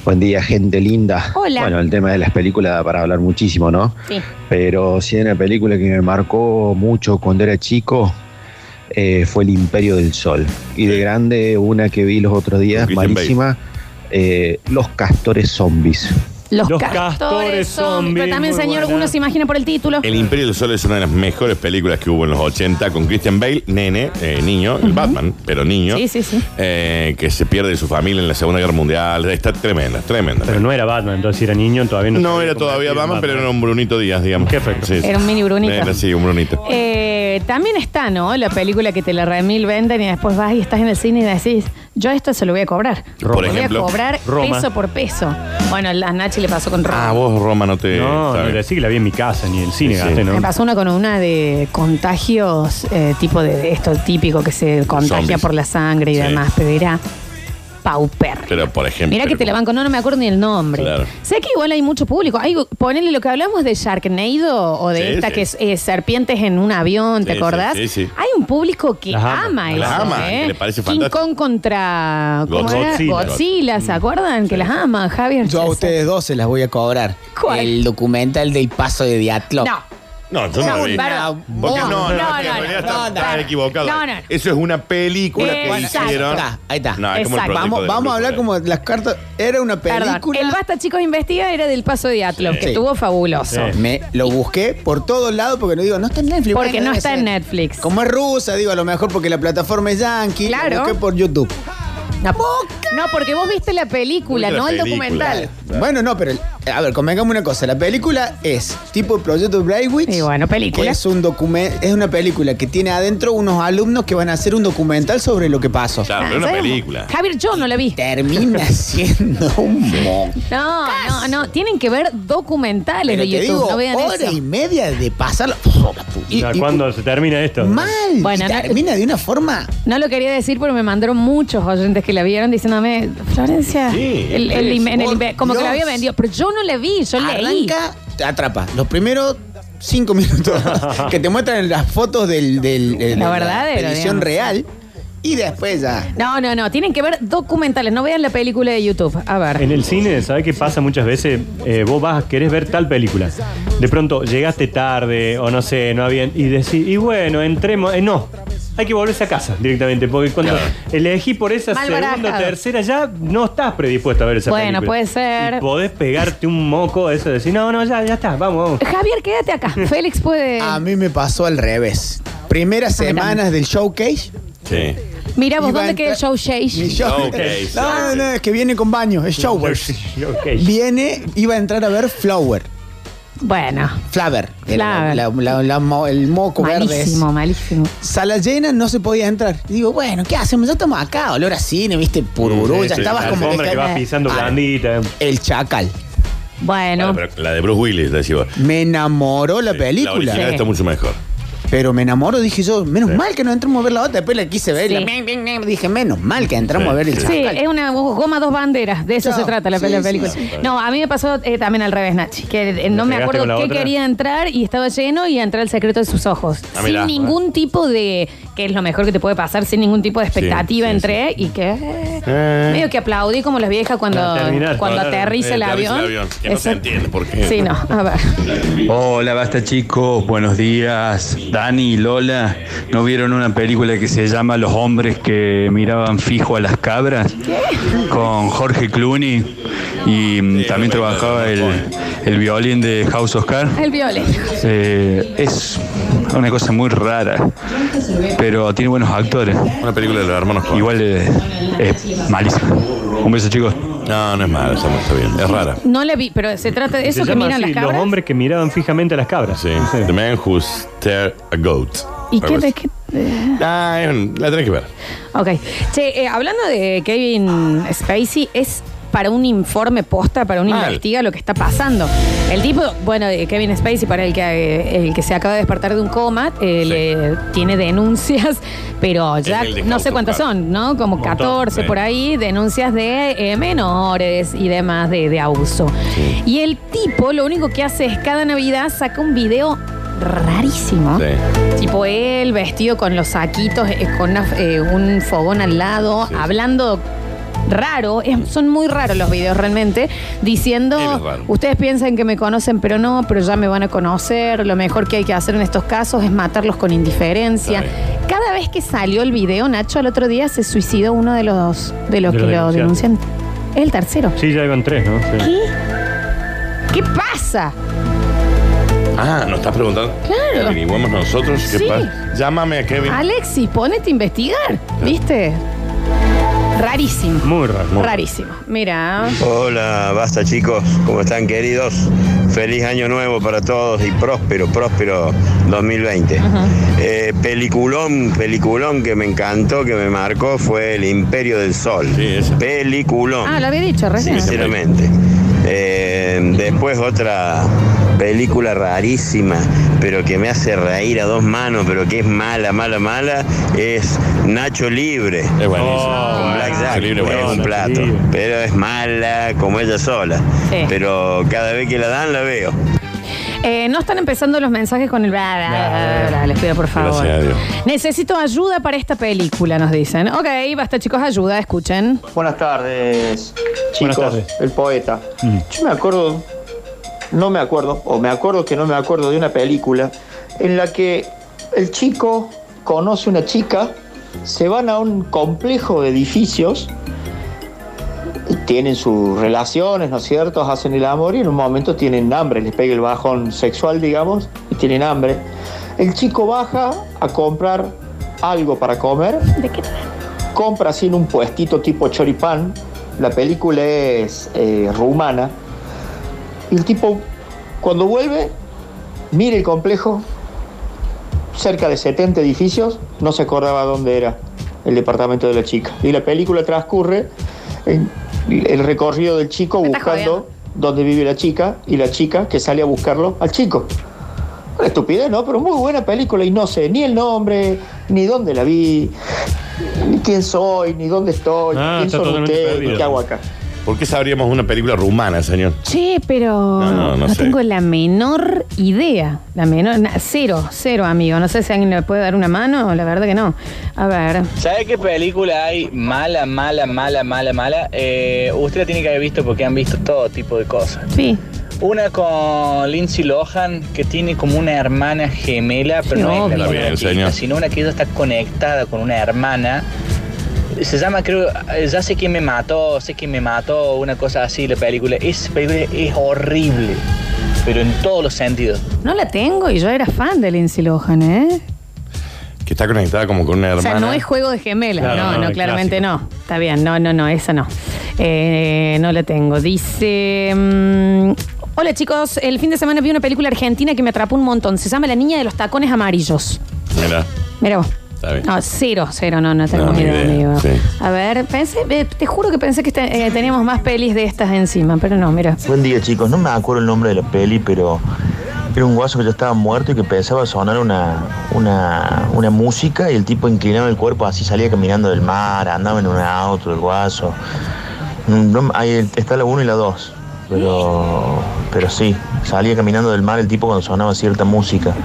Buen día, gente linda.
Hola.
Bueno, el tema de las películas da para hablar muchísimo, ¿no?
Sí.
Pero sí, una película que me marcó mucho cuando era chico eh, fue El Imperio del Sol. Y de grande, una que vi los otros días,
Christian Bale.
malísima, eh, Los Castores Zombies.
Los,
Los
castores,
castores
son.
zombies,
Pero también,
muy
señor,
buena.
uno se imagina por el título.
El Imperio del Sol es una de las mejores películas que hubo en los 80 con Christian Bale, nene, eh, niño, el Batman, pero niño,
Sí, sí, sí.
eh, que se pierde de su familia en la Segunda Guerra Mundial. Está tremenda, tremenda.
Pero no era Batman, entonces si era niño, todavía no.
No, era todavía Batman, pero era un Brunito Díaz, digamos. Perfecto.
Era un mini Brunito.
sí, un Brunito.
Eh, también está, ¿no? La película que te la remil venden y después vas y estás en el cine y decís, yo esto se lo voy a cobrar.
Por
Lo
ejemplo,
voy a cobrar
Roma.
peso por peso. Bueno, a Nachi le pasó con Roma.
Ah, vos, Roma, no te.
No,
está
no
bien.
era así que la vi en mi casa, ni en el cine
Sí, sí.
gasté, ¿no?
Me pasó una con una de contagios, eh, tipo de de esto típico que se contagia
Zombies.
por la sangre y
Sí.
demás, pero era pauper.
Pero, por ejemplo.
Mira que te la banco, no, no me acuerdo ni el nombre.
Claro.
Sé que igual hay mucho público. Hay, ponele lo que hablamos de Sharknado o de
Sí,
esta
sí.
que es eh, serpientes en un avión, ¿te
Sí, sí,
acordás?
sí, sí.
Hay un público que
Las ama,
ama, eso.
las ama,
¿eh?
que le parece
King
fantástico.
Kong contra Ah, ¿cómo era?
Godzilla.
Godzilla.
Mm.
¿se acuerdan? Que las ama, Javier.
Yo a ustedes dos se las voy a cobrar.
¿Cuál?
El documental del paso de Diatlov.
No.
No, yo no la vi.
Bárbaro.
Porque no, no,
No, no,
es que en
no,
realidad
no,
está-
no,
está
no.
equivocado.
No, no, no.
Eso es una película que
Exacto. Ahí
hicieron.
está, ahí está.
No, es como el
Exacto.
proyecto
Vamos,
del
vamos a
grupo.
hablar como las cartas. Era una película.
Perdón, el Basta Chicos Investiga era del paso de Atlas, que
Sí.
estuvo fabuloso.
Me lo busqué por todos lados porque no digo, no está en Netflix.
Porque
bueno,
no
debe
está en
ser.
Netflix.
Como es rusa, digo, a lo mejor porque la plataforma es yankee. lo
Claro.
busqué por YouTube.
No, no, porque vos viste la película, no el documental.
Bueno, no, pero a ver, convengamos una cosa. La película es tipo el proyecto Braywitch. Y
bueno, película.
es, un documen- es una película que tiene adentro unos alumnos que van a hacer un documental sobre lo que pasó.
Claro, pero una
¿Sabes?
[LAUGHS]
película.
Javier, yo no la vi.
Termina siendo un moco.
[LAUGHS] No, no, no. Tienen que ver documentales
Pero
de
te
YouTube.
digo,
no vean
hora
eso.
y media de pasarlo.
O sea, ¿Cuándo se termina esto?
Mal.
Bueno, no-
termina de una forma.
No lo quería decir, pero me mandaron muchos oyentes que la vieron diciéndome, Florencia,
Sí,
el- el-
es,
en el-
por
como que la había
Dios.
vendido. Pero yo no la vi, yo leí.
Arranca, te atrapa. Los primeros cinco [LAUGHS] minutos que te muestran las fotos del, del, de
Lo verdadero,
la edición
digamos.
real y después ya.
No, no, no. Tienen que ver documentales. No vean la película de YouTube. A ver.
En el cine, ¿sabes qué pasa muchas veces? Eh, vos vas, querés ver tal película. De pronto llegaste tarde o no sé, no había. Y decís, y bueno, entremos. Eh, no, hay que volverse a casa directamente. Porque cuando elegí por esa
Mal
segunda o
barajado.
tercera, ya no estás predispuesto a ver esa
Bueno,
película.
puede ser.
Y podés pegarte un moco de eso, decir, no, no, ya, ya está, vamos, vamos.
Javier,
[LAUGHS]
quédate acá. Félix puede.
A mí me pasó al revés. Primeras semanas del showcase.
Sí.
Mira vos,
Iba
¿dónde
a
queda el show Sheish?
Mi show-
Showcase.
Ah, No, no, es que viene con baño, es showers.
Showcase.
Viene, iba a entrar a ver Flower.
Bueno.
Flaver. Era
Flaver.
la- la- la- mo- el moco verde. ese.
Malísimo, malísimo.
Sala llena, no se podía entrar. Y digo, bueno, ¿qué hacemos? Ya estamos acá, olor a cine, viste, pururú,
Sí,
ya
sí,
estabas
la
como. Ah,
alfombra que va pisando
blandita.
El chacal.
Ah, Bueno.
Pero la de Bruce Willis, la decía.
Me enamoró la
La
película.
original está mucho mejor.
Pero me enamoro, dije yo, menos
Sí.
mal que no entramos a ver la otra. Después la quise ver y
Sí.
la- bing, bing, bing, dije, menos mal que entramos
Sí,
a ver el
Sí,
chacal.
es una goma dos banderas, de eso se trata la
Sí,
la
sí,
película.
sí.
No, a mí me pasó eh, también al revés, Nachi, que eh, no me
pegaste
acuerdo
con la
qué
otra?
quería entrar y estaba lleno y entré al secreto de sus ojos.
Ah,
sin
mirá.
ningún tipo de, que es lo mejor que te puede pasar, sin ningún tipo de expectativa
sí,
entré y que eh, medio que aplaudí como las viejas cuando, cuando aterriza
Eh,
el avión.
Que no se
Eso-
entiende por qué.
Sí, no, a ver.
Hola, basta chicos, buenos días. Dani y Lola, ¿no vieron una película que se llama Los hombres que miraban fijo a las cabras? Con Jorge Clooney y mm, también trabajaba el, el violín de House Oscar.
El violín.
Eh, es una cosa muy rara, pero tiene buenos actores. Una
película de los hermanos
Igual eh, es malísima. Un beso chicos.
No, no es mala, Ah, está bien. Es rara.
No la vi, pero se trata de eso que miran las
Los
cabras.
hombres que miraban fijamente a las cabras.
Sí. The Man Who Stared a Goat.
¿Y qué,
Algo
de
así.
qué? eh,
Ah, es un- la tenés que ver.
Ok. Che, eh, hablando de Kevin Spacey, es para un informe posta, para un
Mal.
investiga lo que está pasando. El tipo, bueno, de Kevin Spacey, para el que, eh, el que se acaba de despertar de un coma, eh, le- tiene denuncias, [LAUGHS] pero ya
el de
no sé cuántas son, ¿no? Como 14
sí.
por ahí, denuncias de eh, menores y demás, de, de abuso. Y el tipo lo único que hace es cada Navidad saca un video rarísimo. Tipo él vestido con los saquitos, eh, con una- eh, un fogón al lado, hablando raro. Es- son muy raros los videos realmente. Diciendo, ustedes piensan que me conocen, pero no, pero ya me van a conocer. Lo mejor que hay que hacer en estos casos es matarlos con indiferencia. Cada vez que salió el video, Nacho, al otro día se suicidó uno de los, de los
De
que
los
lo denuncian.
denunciantes.
El tercero.
Sí, ya iban tres, ¿no? Sí.
¿Qué? ¿Qué pasa?
Ah, ¿nos estás preguntando?
Claro.
Averiguamos nosotros qué
Sí. Ah,
pasa. Llámame a Kevin.
Alexi, ponete a investigar, ¿viste? Rarísimo.
Muy raro.
Rarísimo. Mira.
Hola, basta chicos, ¿cómo están queridos? Feliz año nuevo para todos y próspero, próspero 2020. Eh, peliculón, peliculón que me encantó, que me marcó, fue El Imperio del Sol. Peliculón.
Ah, lo había dicho recién.
Sinceramente. Eh, después otra película rarísima, pero que me hace reír a dos manos, pero que es mala, mala, mala, es Nacho Libre. Es buenísimo. Oh, con Black Jack. es un plato. Pero es mala como ella sola.
Sí.
Pero cada vez que la dan la veo.
Eh, no están empezando los mensajes con el bla, bla, bla, bla, les pido por favor.
Gracias a Dios.
Necesito ayuda para esta película, nos dicen. Ok, basta chicos, ayuda, escuchen.
Buenas tardes, chicos. El poeta.
Mm.
Yo me acuerdo, no me acuerdo, o me acuerdo que no me acuerdo de una película en la que el chico conoce una chica, se van a un complejo de edificios, y tienen sus relaciones, ¿no es cierto? Hacen el amor y en un momento tienen hambre, les pega el bajón sexual, digamos, y tienen hambre. El chico baja a comprar algo para comer.
¿De qué
compra así en un puestito tipo choripán. La película es eh, rumana. Y el tipo, cuando vuelve, mira el complejo, cerca de 70 edificios, no se acordaba dónde era el departamento de la chica. Y la película transcurre en el recorrido del chico buscando dónde vive la chica y la chica que sale a buscarlo al chico. Una estupidez, ¿no? Pero muy buena película y no sé ni el nombre, ni dónde la vi, ni quién soy, ni dónde estoy, ni
Ah,
quién son ustedes, ni qué hago acá.
¿Por qué sabríamos una película rumana, señor?
Che, pero
No,
no,
no, no sé.
tengo la menor idea. La menor, na- cero, cero, amigo. No sé si alguien le puede dar una mano, la verdad que no. A ver.
¿Sabe qué película hay mala, mala, mala, mala, mala? Eh, usted la tiene que haber visto porque han visto todo tipo de cosas.
Sí.
Una con Lindsay Lohan que tiene como una hermana gemela, pero
Sí,
no es
obvio.
la
Está bien,
misma chica,
señor.
sino una que ella está conectada con una hermana. Se llama, creo, eh, ya sé quién me mató, sé quién me mató, una cosa así la película. Esa película es horrible, pero en todos los sentidos.
No la tengo y yo era fan de Lindsay Lohan, ¿eh?
Que está conectada como con una
O
hermana.
sea, no es juego de gemelas.
Claro,
no,
no,
no,
el
claramente no. Está bien, no, no, no, esa no. Eh, no la tengo. Dice. mm, Hola chicos, el fin de semana vi una película argentina que me atrapó un montón. Se llama La niña de los tacones amarillos.
Mira,
Mira vos.
está bien.
No, cero, cero, no, no tengo
No, ni
idea,
idea,
amigo.
sí.
A ver, pensé, eh, te juro que pensé que este- eh, teníamos más pelis de estas encima, pero no, mira.
Buen día, chicos. No me acuerdo el nombre de la peli, pero era un guaso que ya estaba muerto y que pensaba sonar una, una, una música y el tipo inclinaba el cuerpo así, salía caminando del mar, andaba en un auto, el guaso. No- no- ahí está la 1 y la 2. Pero, pero sí, salía caminando del mar el tipo cuando sonaba cierta música.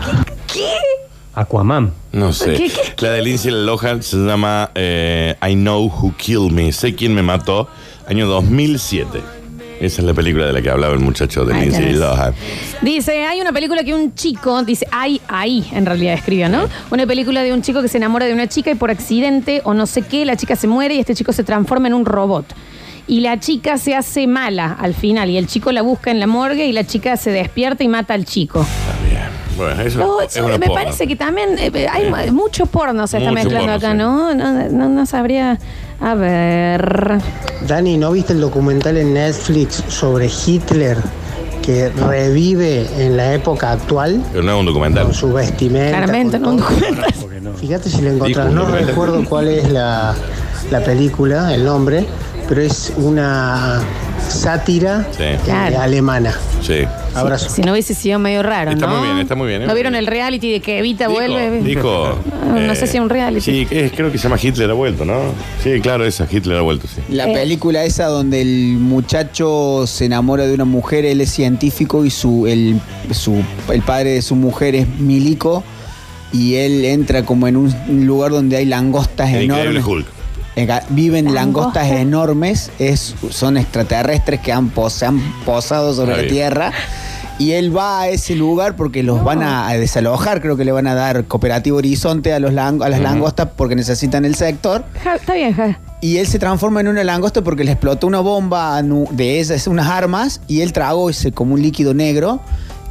Aquaman.
No sé.
¿Qué, qué?
La de Lindsay Lohan se llama eh, I Know Who Killed Me. Sé quién me mató. Año 2007. Esa es la película de la que hablaba el muchacho de
Ahí
Lindsay
tenés.
Lohan.
Dice, hay una película que un chico, dice, hay, ahí, en realidad escribió, ¿no? Una película de un chico que se enamora de una chica y por accidente o no sé qué, la chica se muere y este chico se transforma en un robot. Y la chica se hace mala al final y el chico la busca en la morgue y la chica se despierta y mata al chico.
Bueno, Ah, eso
No,
es una
me
porno.
parece que también eh, hay mu- mucho porno se está
Mucho
mezclando
porno,
acá,
sí.
¿no? ¿no? No no sabría. A ver.
Dani, ¿no viste el documental en Netflix sobre Hitler que revive en la época actual?
Pero no es un documental.
Su vestimenta.
Claramente, no un documental.
Fíjate si lo
encontrás.
No recuerdo cuál es la, la película, el nombre, pero es una sátira
Sí.
eh,
Claro.
alemana.
Sí.
Abrazo.
Si no hubiese sido medio raro,
Está
¿no?
muy bien, está muy bien. ¿eh?
¿No vieron el reality de que Evita vuelve?
Dijo. eh,
Ah, no sé si un reality.
Sí, es- creo que se llama Hitler ha vuelto, ¿no? Sí, claro, esa, Hitler ha vuelto, sí.
La
Eh.
película esa donde el muchacho se enamora de una mujer, él es científico y su el, su- el padre de su mujer es milico y él entra como en un lugar donde hay langostas
El increíble
enormes.
Hulk.
Ega- Viven langostas
Langosta.
enormes, es, son extraterrestres que han, pos- se han posado sobre
Está
la
bien.
Tierra. Y él va a ese lugar porque los van a, a desalojar, creo que le van a dar Cooperativo Horizonte a, los lang- a las langostas porque necesitan el sector.
Ja, está bien, ja.
Y él se transforma en una langosta porque le explotó una bomba a nu- de esas, unas armas, y él tragó ese como un líquido negro.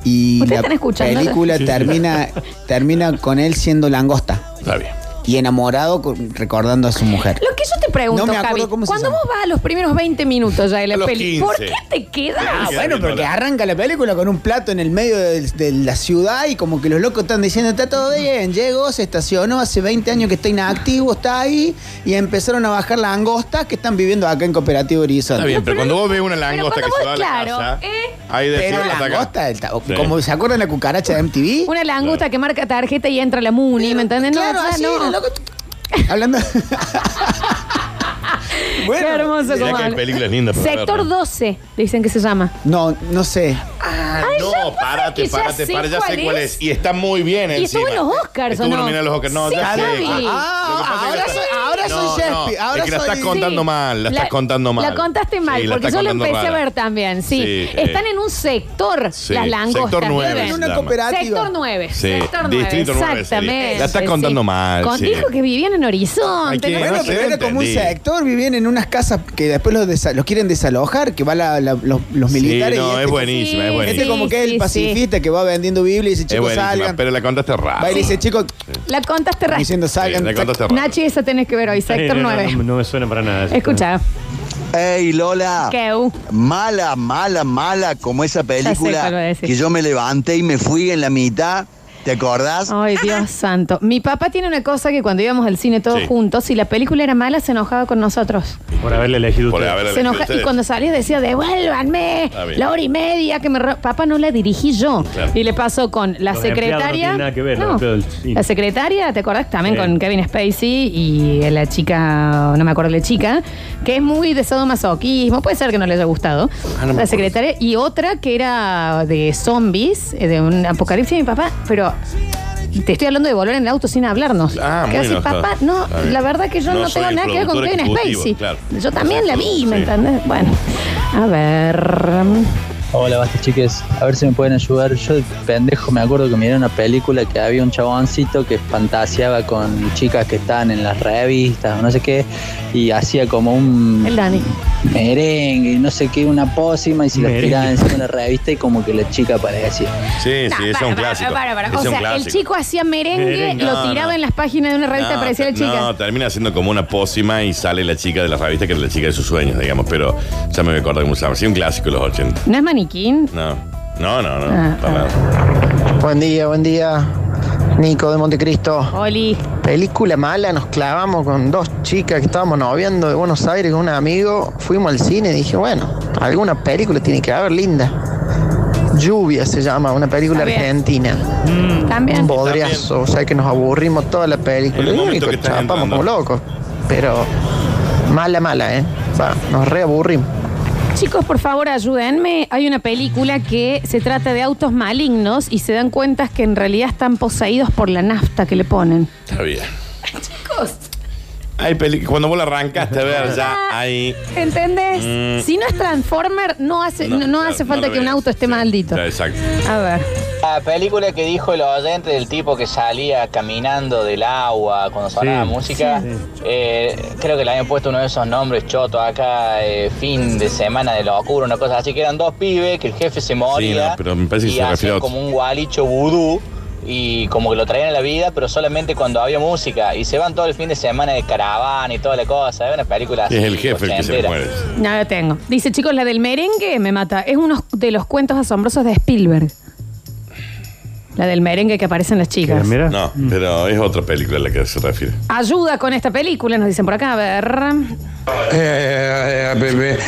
Y
¿Ustedes
la
están escuchando?
película
Sí, sí.
termina, termina con él siendo langosta.
Está bien. Ah,
Y enamorado con- recordando a su mujer.
Lo que yo te pregunto,
No me acuerdo
Javi,
cómo se
cuando
llama.
vos vas a los primeros 20 minutos ya de la
A los
peli, ¿por
15.
qué te quedas?
Ah, bueno, porque arranca la película con un plato en el medio del- de, la ciudad y como que los locos están diciendo, está todo bien, llegó, se estacionó, hace 20 años que está inactivo, está ahí, y empezaron a bajar las angostas que están viviendo acá en Cooperativo Horizonte.
Está bien, pero cuando vos ves una
pero
langosta que
cuando
se
vos-
va a la
claro,
casa,
¿eh?
ahí decís,
Pero
hasta acá.
langosta, el ta-
Sí.
como se acuerdan la cucaracha de MTV.
Una langosta que marca tarjeta y entra la Muni, ¿me entienden?
claro,
no, ya
así, la
no.
Hablando...
Qué hermoso
Mirá que
como
hay
habla.
películas lindas para
Sector
verlas.
12, dicen que se llama.
No, no sé.
Ah,
Ay, ya
no,
pasa
párate,
que ya
párate,
sé
párate, ya
cuál
sé cuál
es.
es. Y está muy bien
Y estuvo
encima.
en los Oscars, ¿o
Estuvo
no?
nominado en los Oscars. No,
Sí,
ya sé.
Javi.
Ah,
Lo que pasa es que
ahora
la-
soy- ahora soy Shakespeare, ahora
es que la
soy-
estás contando
Sí.
mal, la, estás contando mal.
La contaste mal,
Sí, la
porque
estás
yo la
contando
empecé a
rara.
ver también, sí.
Sí,
Están
eh.
en un sector
Sí,
las langostas.
sector nueve
¿viven?
se Una llama. cooperativa.
Sector 9.
Sí,
Sector 9.
distrito nueve sería.
Exactamente.
La estás
sí.
contando mal, sí.
Dijo que vivían en Horizonte.
Aquí,
¿no?
Bueno,
no
pero
sé,
era como un
entendí.
sector, vivían en unas casas que después los, desa- los quieren desalojar, que va la- la- los, los
Sí,
militares.
no,
y este
es buenísima, es
Este
buenísima.
como que es
sí,
el
sí.
pacifista que va vendiendo Biblia y dice,
Es
chicos,
buenísima,
salgan.
pero la contaste rara.
Va y dice, chicos,
La contaste raro.
diciendo, salgan.
la contaste rara.
Nachi, esa tenés que ver hoy, sector
Eh, no,
9.
No, no me suena para nada. eso.
Escucha.
¡Ey, Lola!
Keu.
Mala, mala, mala, como esa
cuál va a
película
decir.
que yo me levanté y me fui en la mitad. ¿Te acordás?
Ay, Dios santo. Mi papá tiene una cosa que cuando íbamos al cine todos
Sí.
juntos, si la película era mala, se enojaba con nosotros.
Por haberle elegido
Por
usted.
haberle
Se enoja- y cuando salías decía, devuélvanme
Está bien.
la hora y media que me... ro-". Papá, no la dirigí yo.
Claro.
Y le pasó con la
Los empleados no
secretaria...
tienen nada que ver, los
No.
empleados del cine.
La secretaria, ¿te acordás? También
Sí.
con Kevin Spacey y la chica, no me acuerdo la chica, que es muy de sadomasoquismo, puede ser que no le haya gustado.
Ah,
la secretaria y otra que era de zombies, eh, de un apocalipsis de mi papá, pero... Te estoy hablando de volver en el auto sin hablarnos.
Ah,
Que
muy
hace,
enojado.
papá, no,
Está bien.
la verdad que yo no,
No soy
tengo
el
nada que ver con
productor
Kevin
ejecutivo,
Spacey.
claro.
Yo también la vi, ¿me
Sí.
entendés? Bueno, a ver.
Hola, basta chiques. A ver si me pueden ayudar. Yo, de pendejo, me acuerdo que miré una película que había un chaboncito que fantaseaba con chicas que estaban en las revistas, no sé qué, y hacía como un.
El Dani.
merengue, no sé qué, una pócima y se la tiraban encima de una revista y como que la chica aparecía.
Sí, sí, es un
Ah,
clásico.
para, para.
Ese
O
es un
sea, el
clásico.
chico hacía merengue,
Merengue.
lo
No,
tiraba
no.
en las páginas de una revista para decir al chica.
No, termina siendo como una pócima y sale la chica de la revista que es la chica de sus sueños, digamos, pero ya me voy a acordar cómo se llama. Sí, un clásico de los 80.
¿No es maniquín?
No, no, no, no.
Ah,
para nada.
Buen día, buen día. Nico de Montecristo.
Oli.
Película mala, nos clavamos con dos chicas que estábamos noviando de Buenos Aires con un amigo. Fuimos al cine y dije, bueno, alguna película tiene que haber linda. Lluvia se llama, una película
También. Mm.
argentina.
También.
Un bodriazo, o sea que nos aburrimos toda la película. Y único, chapamos como locos. Pero mala, mala, ¿eh? Va, nos reaburrimos.
Chicos, por favor, ayúdenme. Hay una película que se trata de autos malignos y se dan cuenta que en realidad están poseídos por la nafta que le ponen.
Está bien.
Chicos,
Hay peli- Cuando vos la arrancaste a ver
Ah.
ya ahí.
¿entendés?
Mm.
Si no es Transformer, no hace, no,
No,
no
no,
hace
no
falta
lo
que un
veas,
auto esté maldito.
Ya, Exacto.
A ver.
La película que dijo el oyente del tipo que salía caminando del agua cuando sonaba
Sí,
música, eh, creo que le habían puesto uno de esos nombres chotos acá, eh, fin de semana de locura, una cosa así, que eran dos pibes, que el jefe se moría
no, pero me parece que
y
se refiere a
hacían
otro.
como un gualicho vudú y como que lo traían a la vida, pero solamente cuando había música y se van todo el fin de semana de caravana y toda la cosa, es una película así.
Es el jefe el que se
ochentera.
muere.
No la tengo. Dice, chicos, la del merengue me mata. Es uno de los cuentos asombrosos de Spielberg. La del merengue que aparecen las chicas.
No,
Mm.
pero es otra película a la que se refiere.
Ayuda con esta película, nos dicen por acá. A ver.
Eh, eh, eh, eh,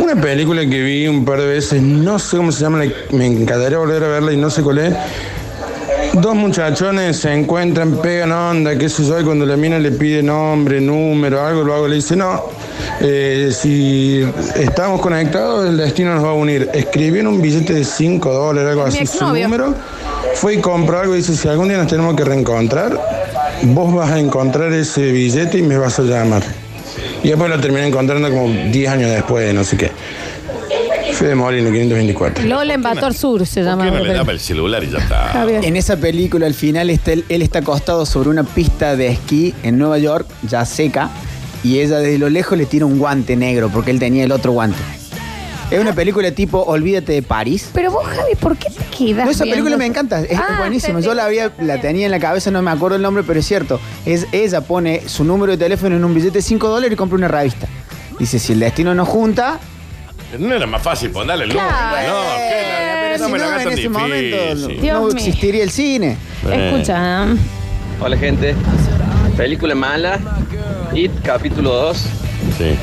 Una película que vi un par de veces, no sé cómo se llama, la- me encantaría volver a verla y no sé cuál es. Dos muchachones se encuentran, pegan onda, qué sé yo, y cuando la mina le pide nombre, número, algo, lo hago, le dice, no, eh, si estamos conectados, el destino nos va a unir. Escribió en un billete de 5 dólares, algo
Mi
así, su
exnovio.
número, fue y compró algo y dice, si algún día nos tenemos que reencontrar, vos vas a encontrar ese billete y me vas a llamar. Y después lo terminé encontrando como 10 años después, no sé qué. Fue de Molino, 524.
Lola en Bator Sur se llama.
¿Por qué no le daba el celular y ya está?
En esa película, al final, está él, él está acostado sobre una pista de esquí en Nueva York, ya seca, y ella desde lo lejos le tira un guante negro porque él tenía el otro guante. Es una película tipo Olvídate de París.
Pero vos, Javi, ¿por qué te quedas?
No, esa película
viendo-
me encanta, es
Ah,
buenísima.
entendí.
Yo la había, la tenía en la cabeza, no me acuerdo el nombre, pero es cierto. Es, ella pone su número de teléfono en un billete de 5 dólares y compra una revista. Dice, si el destino nos junta,
No era más fácil ponerle el número.
Claro.
No,
Eh,
¿qué?
pero
no
si
me la
no,
hagas
en
tan
ese momento no,
difícil.
no existiría el cine.
Escucha.
Hola gente, película mala, IT capítulo 2.
Sí.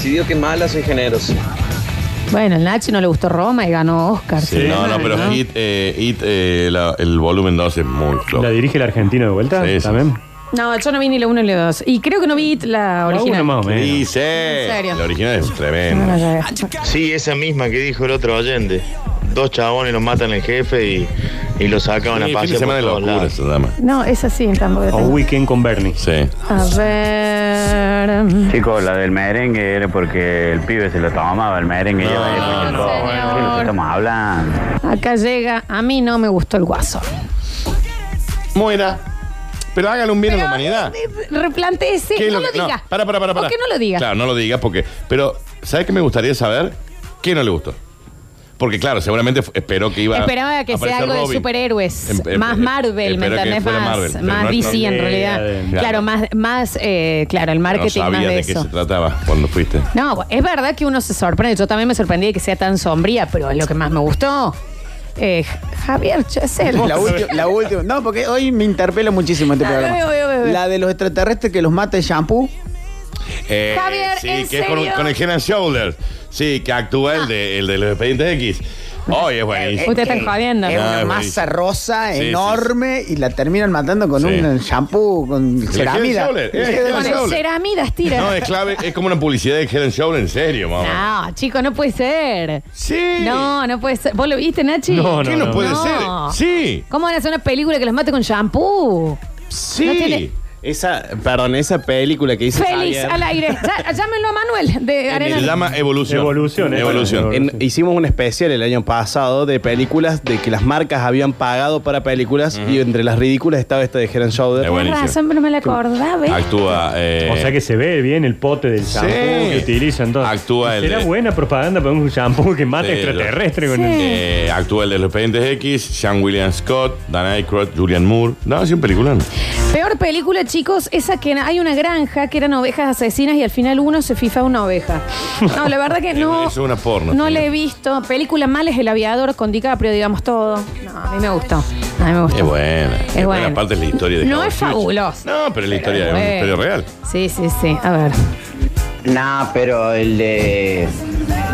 Si digo que mala, soy generoso.
Bueno, el Nachi no le gustó Roma y ganó Oscar.
Sí, no, no, pero Hit, eh, Hit, eh, la- el volumen 2 es muy flojo.
¿La dirige el argentino de vuelta?
Sí, sí.
¿También?
No, yo no vi ni la 1 ni la 2. Y creo que no vi la original.
uno más o menos.
Dice.
En serio.
Eh, La original es tremenda.
No, ya ves.
Sí, esa misma que dijo el otro oyente. Dos chabones los matan al jefe y, y lo sacaban
Sí, fin
a
de
pasear
semana
por
de
todos
locura
lados.
se llama.
No, es así tampoco.
Oh,
la
O
tengo.
Weekend con Bernie.
Sí.
A ver. um,
Chicos, la del merengue era porque el pibe se lo tomaba, el merengue ya valía cualquier cosa. ¿Qué es lo que estamos hablando?
Acá llega. A mí no me gustó el guaso.
Muera. Pero hágale un bien a la humanidad.
Replanteese.
¿Qué es
eh, No
lo
lo
que- no,
diga.
para, para, para, para.
O que no lo diga.
Claro, no lo digas porque. Pero, ¿sabes qué me gustaría saber? ¿Qué no le gustó? Porque, claro, seguramente f- esperó que iba a
Esperaba que sea
aparecer
algo de
Robin.
superhéroes.
Em- em-
más
em-
Marvel, ¿me
espero que
entendés?
fuera
Más,
Marvel, pero
más
no-
DC en
no-
realidad.
Eh,
claro,
claro.
más, más eh, claro, el
No
marketing más
sabías
de,
de qué
eso.
se trataba cuando fuiste.
No, es verdad que uno se sorprende. Yo también me sorprendí de que sea tan sombría, pero es lo que más me gustó. Eh, Javier Chesel.
La, ulti- la última. No, porque hoy me interpela muchísimo este
Ah,
programa.
veo, veo, veo.
La de los extraterrestres que los mata el shampoo.
Eh,
Javier,
sí,
¿en
que es con,
serio? Ah.
con el Head and Shoulders. Sí, que actúa el, de, el de los expedientes X. Hoy
Eh,
es buenísimo.
Ustedes están jodiendo.
Es
No,
una
Ah, es
masa
buenísimo.
rosa
Sí, sí,
enorme y la terminan matando con
Sí.
un shampoo, con
Head
ceramida.
and Shoulders, eh,
El Head and
Head and
Shoulders.
Con
Shoulders.
ceramidas tira.
No, es clave, es como una publicidad de Head and Shoulders, en serio, mamá.
No, chicos, no puede ser.
Sí.
No, no puede ser. ¿Vos lo viste, Nachi?
¿Qué no, puede
No.
ser? Sí.
¿Cómo van a hacer una película que los mate con shampoo?
Sí.
No tiene,
Esa, perdón, esa película que hizo
Félix al aire. Ya- llámenlo a Manuel de Arena.
Evolución. Evolución, ¿eh? Evolución.
En- hicimos un especial el año pasado de películas de que las marcas habían pagado para películas y entre las ridículas estaba esta de Head and Shoulder.
Tienes razón, pero no me la acordaba. ¿eh?
Actúa.
O sea que se ve bien el pote del shampoo que utilizan. Entonces,
Actúa el
Será
de-
buena propaganda para un shampoo que mata
Sí,
extraterrestre con
lo-
el-
Eh, actúa el de Los Pendientes X, Sean William Scott, Dan Aykroyd, Julian Moore. No, sí, un peliculón.
Peor película, chicos, esa que hay una granja que eran ovejas asesinas y al final uno se fifa una
[LAUGHS]
oveja. No, la verdad que no.
Eso [LAUGHS] es una porno.
No la he visto. Película mal es El Aviador con DiCaprio, digamos todo. No, a mí me gustó. A mí me gustó.
Es buena. Es, buena.
buena.
Aparte es la historia de
No
Howard
es
Hughes.
fabuloso.
No, pero es la historia, es una
bueno.
historia real.
Sí, sí, sí. A ver.
Nah, pero el de,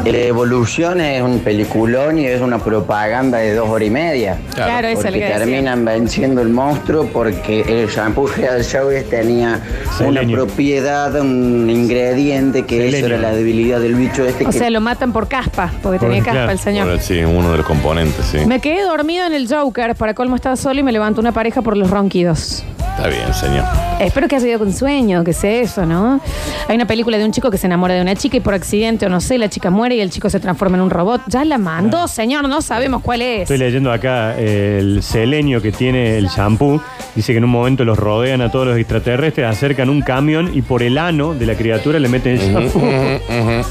el de Evolución es un peliculón y es una propaganda de dos horas y media.
Claro. Claro, eso es lo
Porque
que decía.
terminan venciendo el monstruo porque el shampoo Head Shoulders tenía una propiedad, un ingrediente que eso era la debilidad del bicho este
O
que
sea, lo matan por caspa, porque tenía caspa el señor.
Ahora sí, uno de los componentes, sí.
Me quedé dormido en el Joker. Para colmo estaba solo y me levantó una pareja por los ronquidos.
Está bien, señor.
Espero que haya ido con sueño, que sea eso, ¿no? Hay una película de un chico que se enamora de una chica y por accidente o no sé, la chica muere y el chico se transforma en un robot. Ya la mandó, señor, no sabemos cuál es.
Estoy leyendo acá eh, el selenio que tiene el shampoo. Dice que en un momento los rodean a todos los extraterrestres, acercan un camión y por el ano de la criatura le meten el shampoo.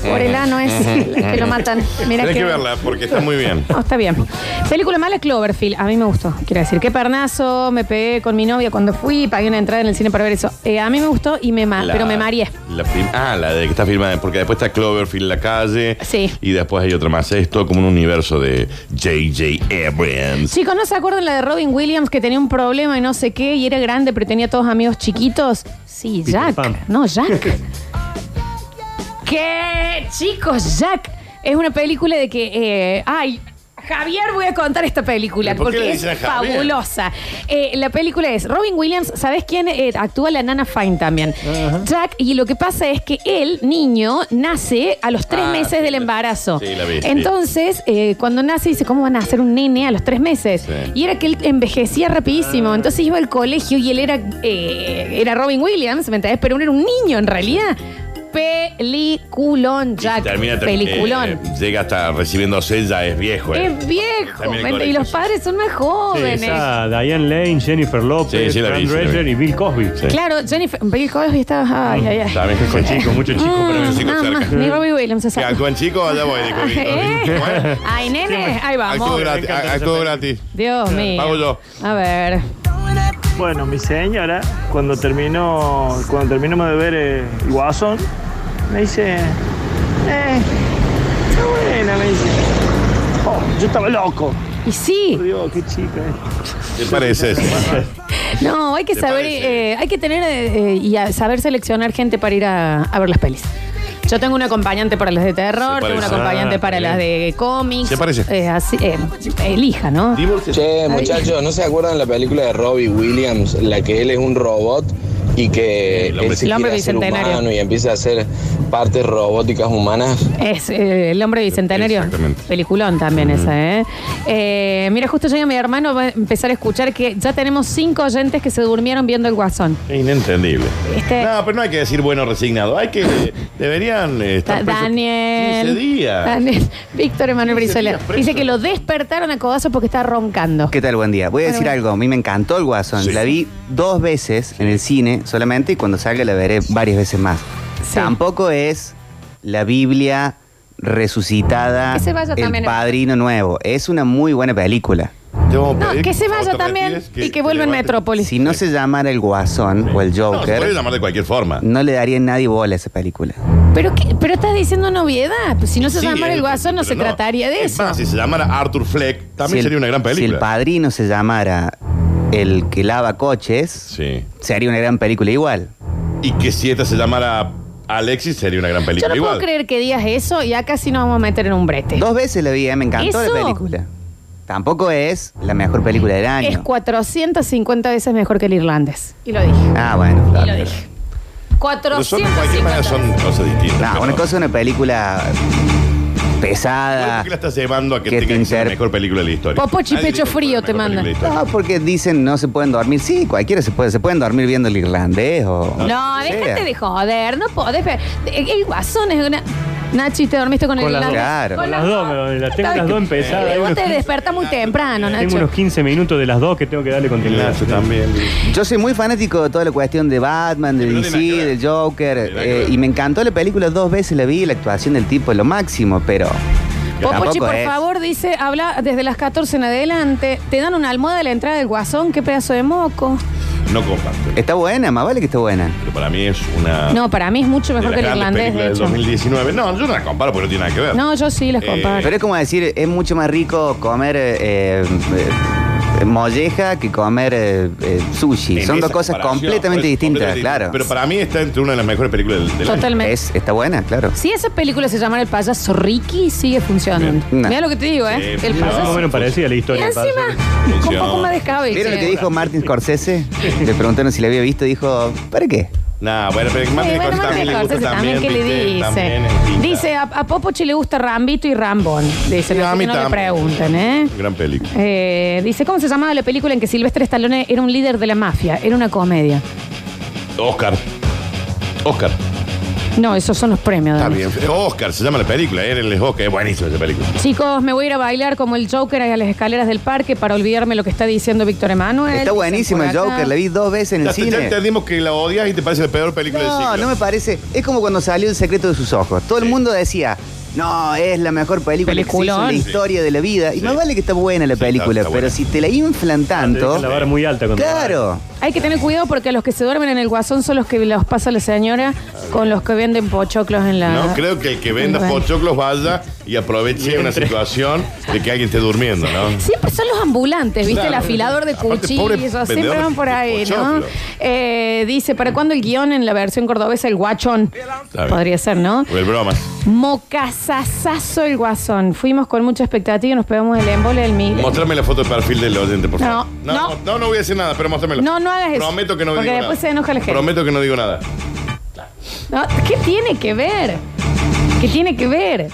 Por el ano es [LAUGHS] que lo matan. Mira
Tienes que verla porque está muy
[LAUGHS]
bien.
No, está bien. Película mala Cloverfield. A mí me gustó. Quiero decir, qué pernazo. Me pegué con mi novia cuando fui. Pagué una entrada en el cine para ver eso. Eh, a mí me gustó, y me ma-
La-
pero me mareé.
La prim- ah, la de que está firmada, porque después está Cloverfield, la calle.
Sí.
Y después hay otra más. Es todo como un universo de J.J. Abrams.
Chicos, ¿no se acuerdan la de Robin Williams que tenía un problema y no sé qué y era grande pero tenía todos amigos chiquitos? Sí,
Peter
Jack.
Pan.
No,
[LAUGHS]
Jack. ¿Qué? Chicos, Jack es una película de que... eh, ay, Javier, voy a contar esta película
¿Por qué
porque
le
es
dicen a Javier?
fabulosa. Eh, la película es Robin Williams, ¿sabes quién? eh, actúa la nana Fine también. Jack, y lo que pasa es que él, niño, nace a los tres
Ah,
meses del embarazo.
sí, la vi, sí.
Entonces, entonces, eh, cuando nace, dice, ¿cómo van a hacer un nene a los tres meses?
Sí.
Y era que él envejecía rapidísimo. Entonces iba al colegio y él era, eh, era Robin Williams, ¿me entendés? Pero él era un niño en realidad. Peliculón, Jack.
Termina ter-
Peliculón.
eh, llega hasta recibiéndose, ya es viejo. eh.
es viejo,
También el
¿me entendés? y
colegio,
los padres son más jóvenes.
Esa, Diane Lane, Jennifer López,
Sí, sí, la
Fran
vi, sí, la vi.
Drescher y Bill Cosby.
Claro, Jennifer, Bill Cosby estaba... Ay, ay, ay.
También es con chico, mucho chico, pero es un chico
Ah,
cerca.
más, ni Robin Williams se
Que
sabe.
actúan chicos, allá
[LAUGHS]
voy, dijo Víctor.
¿Eh?
Bueno,
Ay, nene, ahí
Actúo
vamos.
gratis, actúo gratis.
Dios mío.
Pago yo.
A ver.
Bueno, mi señora, cuando terminó, cuando terminamos de ver eh, Guasón, me dice, eh, está buena, me dice. Oh, yo estaba loco.
Y sí.
Dios, qué chica. eh.
¿Te parece?
No, hay que
¿Te
saber, eh, hay que tener eh, eh, y a- saber seleccionar gente para ir a, a ver las pelis. Yo tengo un acompañante para las de terror, tengo un
parece.
acompañante
Ah,
para
bien.
las de cómics.
Se parece.
Eh, así, eh, elija, ¿no?
Che, muchachos, ¿no se acuerdan la película de Robbie Williams? La que él es un robot y que él se
El hombre
quiere hacer
bicentenario.
humano y empieza a hacer partes robóticas humanas.
Es eh, El hombre bicentenario.
Exactamente.
Peliculón también esa, ¿eh? Eh, Mira, justo llega mi hermano, va a empezar a escuchar que ya tenemos cinco oyentes que se durmieron viendo el guasón.
Inentendible.
Este-
No, pero no hay que decir bueno resignado. Hay que. Deberían eh, estar
Da-
presos 15
Daniel.
días.
Daniel. [LAUGHS] Víctor Emanuel Brizuela. Dice que lo despertaron a codazo porque está roncando.
¿Qué tal? Buen día. Voy a decir algo. A mí me encantó el Guasón. La vi dos veces en el cine solamente y cuando salga la veré varias veces más. Tampoco es la Biblia resucitada,
Que se vaya también
el
en-
Padrino Nuevo. Es una muy buena película.
No, que se vaya también y que vuelva en Metrópolis.
Si no se llamara el Guasón o el
No, se
Joker,
puede llamar de cualquier forma.
no le daría nadie bola a esa película.
¿Pero, qué? ¿Pero estás diciendo noviedad? Pues si no se
Sí,
llamara
es-
el guasón, no
pero
se
no.
trataría de eso.
Si se llamara Arthur Fleck, también
Si el-
sería una gran
Si el
película.
Padrino se llamara el que lava coches, sería una gran película igual.
Y que si esta se llamara Alexis, sería una gran
Yo
película
no puedo
igual.
creer que digas eso y acá sí nos vamos a meter en un brete.
Dos veces la vi, eh, me encantó
¿Eso?
la película. Tampoco es la mejor película del año.
Es 450 veces mejor que el irlandés. Y lo dije.
Ah, bueno.
Y lo dije.
Pero son, de cualquier
450.
manera son cosas distintas.
No, una cosa es una película pesada.
¿Por qué la estás llevando a que tenga que ser la mejor película de la historia?
Popochi
Nadie
pecho
dijo que
frío te
fue la mejor
manda.
película de la historia. No, porque dicen no se pueden dormir. Sí, cualquiera se puede. Se pueden dormir viendo el irlandés o.
No,
o sea.
déjate de joder, no podés ver. Eh, El guasón es una. Nachi, te dormiste con el
Con las dos.
irlandés.
Claro.
Con las dos, me doy, las tengo las dos empezadas.
Eh,
Hay
Vos
unos
te
15
despertás muy temprano,
Tengo
Nacho.
unos 15 minutos de las dos que tengo que darle continuidad. también.
Yo soy muy fanático de toda la cuestión de Batman, de DC, del Joker. eh, y me encantó la película dos veces, la vi, la actuación del tipo es lo máximo, pero.
Popochi,
tampoco
por
es-
favor, dice, habla desde las 14 en adelante. Te dan una almohada a la entrada del guasón, qué pedazo de moco.
No comparto.
Está buena, más vale que esté buena.
Pero para mí es una.
No, para mí es mucho mejor que
Ah. de Eh, las
el
grandes
irlandés, de
películas del
hecho.
2019. No, yo no la comparo porque no tiene nada que ver.
No, yo sí les comparo.
Pero es como decir, es mucho más rico comer eh, eh, molleja que comer eh, eh, sushi.
En
Son
esa
dos cosas
comparación,
completamente
por eso,
distintas,
completamente
claro.
distintas. Pero para mí está entre una de las mejores películas del, del año.
Totalmente.
Es- está buena, claro.
Si esa película se llama El payaso Ricky, sigue funcionando.
Bien. No.
Mira lo que te digo, ¿eh? el
Más o
payaso.
menos parecía la
Y
historia.
encima, con un poco más de cabello.
¿Vieron lo que dijo Martin Scorsese? Le preguntaron si la había visto y dijo, ¿para qué?
Nah, bueno, pero Martin
Sí,
Scorsese
bueno, Martin
también le gusta
Scorsese también, ¿qué
también,
le
¿viste?
dice?
También es pinta.
Dice, a, a Popochi le gusta Rambito y Rambón.
Sí,
Dice, no,
a mí
no le
también.
pregunten, ¿eh?
Gran película.
Eh, Dice, ¿cómo se llamaba la película en que Silvestre Stallone era un líder de la mafia? Era una comedia.
Oscar. Oscar.
No, esos son los premios.
Está
Dani.
bien. Oscar se llama la película. Era el Oscar. Es buenísima esa película.
Chicos, me voy a ir a bailar como el Joker a las escaleras del parque para olvidarme lo que está diciendo Víctor Emanuel.
Está
Dicen
buenísimo
por
el
acá.
Joker, la vi dos veces en el
Ya,
cine.
ya entendimos que la odias y te parece la peor película del
No,
siglo.
no me parece. Es como cuando salió El secreto de sus ojos. Todo el mundo decía, no, es la mejor película que se hizo en
Peliculón.
la historia de la vida. Y más vale que está buena la película,
está
pero
buena.
si te la inflan tanto.
dejan la vara muy alta cuando la
Claro.
Hay que tener cuidado porque los que se duermen en el guasón son los que los pasa la señora con los que venden pochoclos en la...
No creo que el que venda
Bueno.
pochoclos vaya y aproveche una situación de que alguien esté durmiendo, ¿no?
Siempre son los ambulantes, ¿viste?
Claro.
El afilador de
Aparte,
cuchillos,
pobre
siempre
vendedor
van por
de
ahí, ¿no?
pochoclo.
Eh, dice, ¿para cuándo el guión en la versión cordobesa, el guachón?
bien.
Podría ser, ¿no?
O el bromas.
Mocasasazo el guasón. Fuimos con mucha expectativa y nos pegamos el embole del mil.
Mostrame la foto de perfil del oyente, por
No,
favor.
no.
no, no, voy a decir nada, pero mostrámela.
No, no hagas eso.
Prometo que no
Porque
digo
después
nada.
se enoja la gente.
Prometo que no digo nada.
No, ¿Qué tiene que ver? ¿Qué tiene que ver?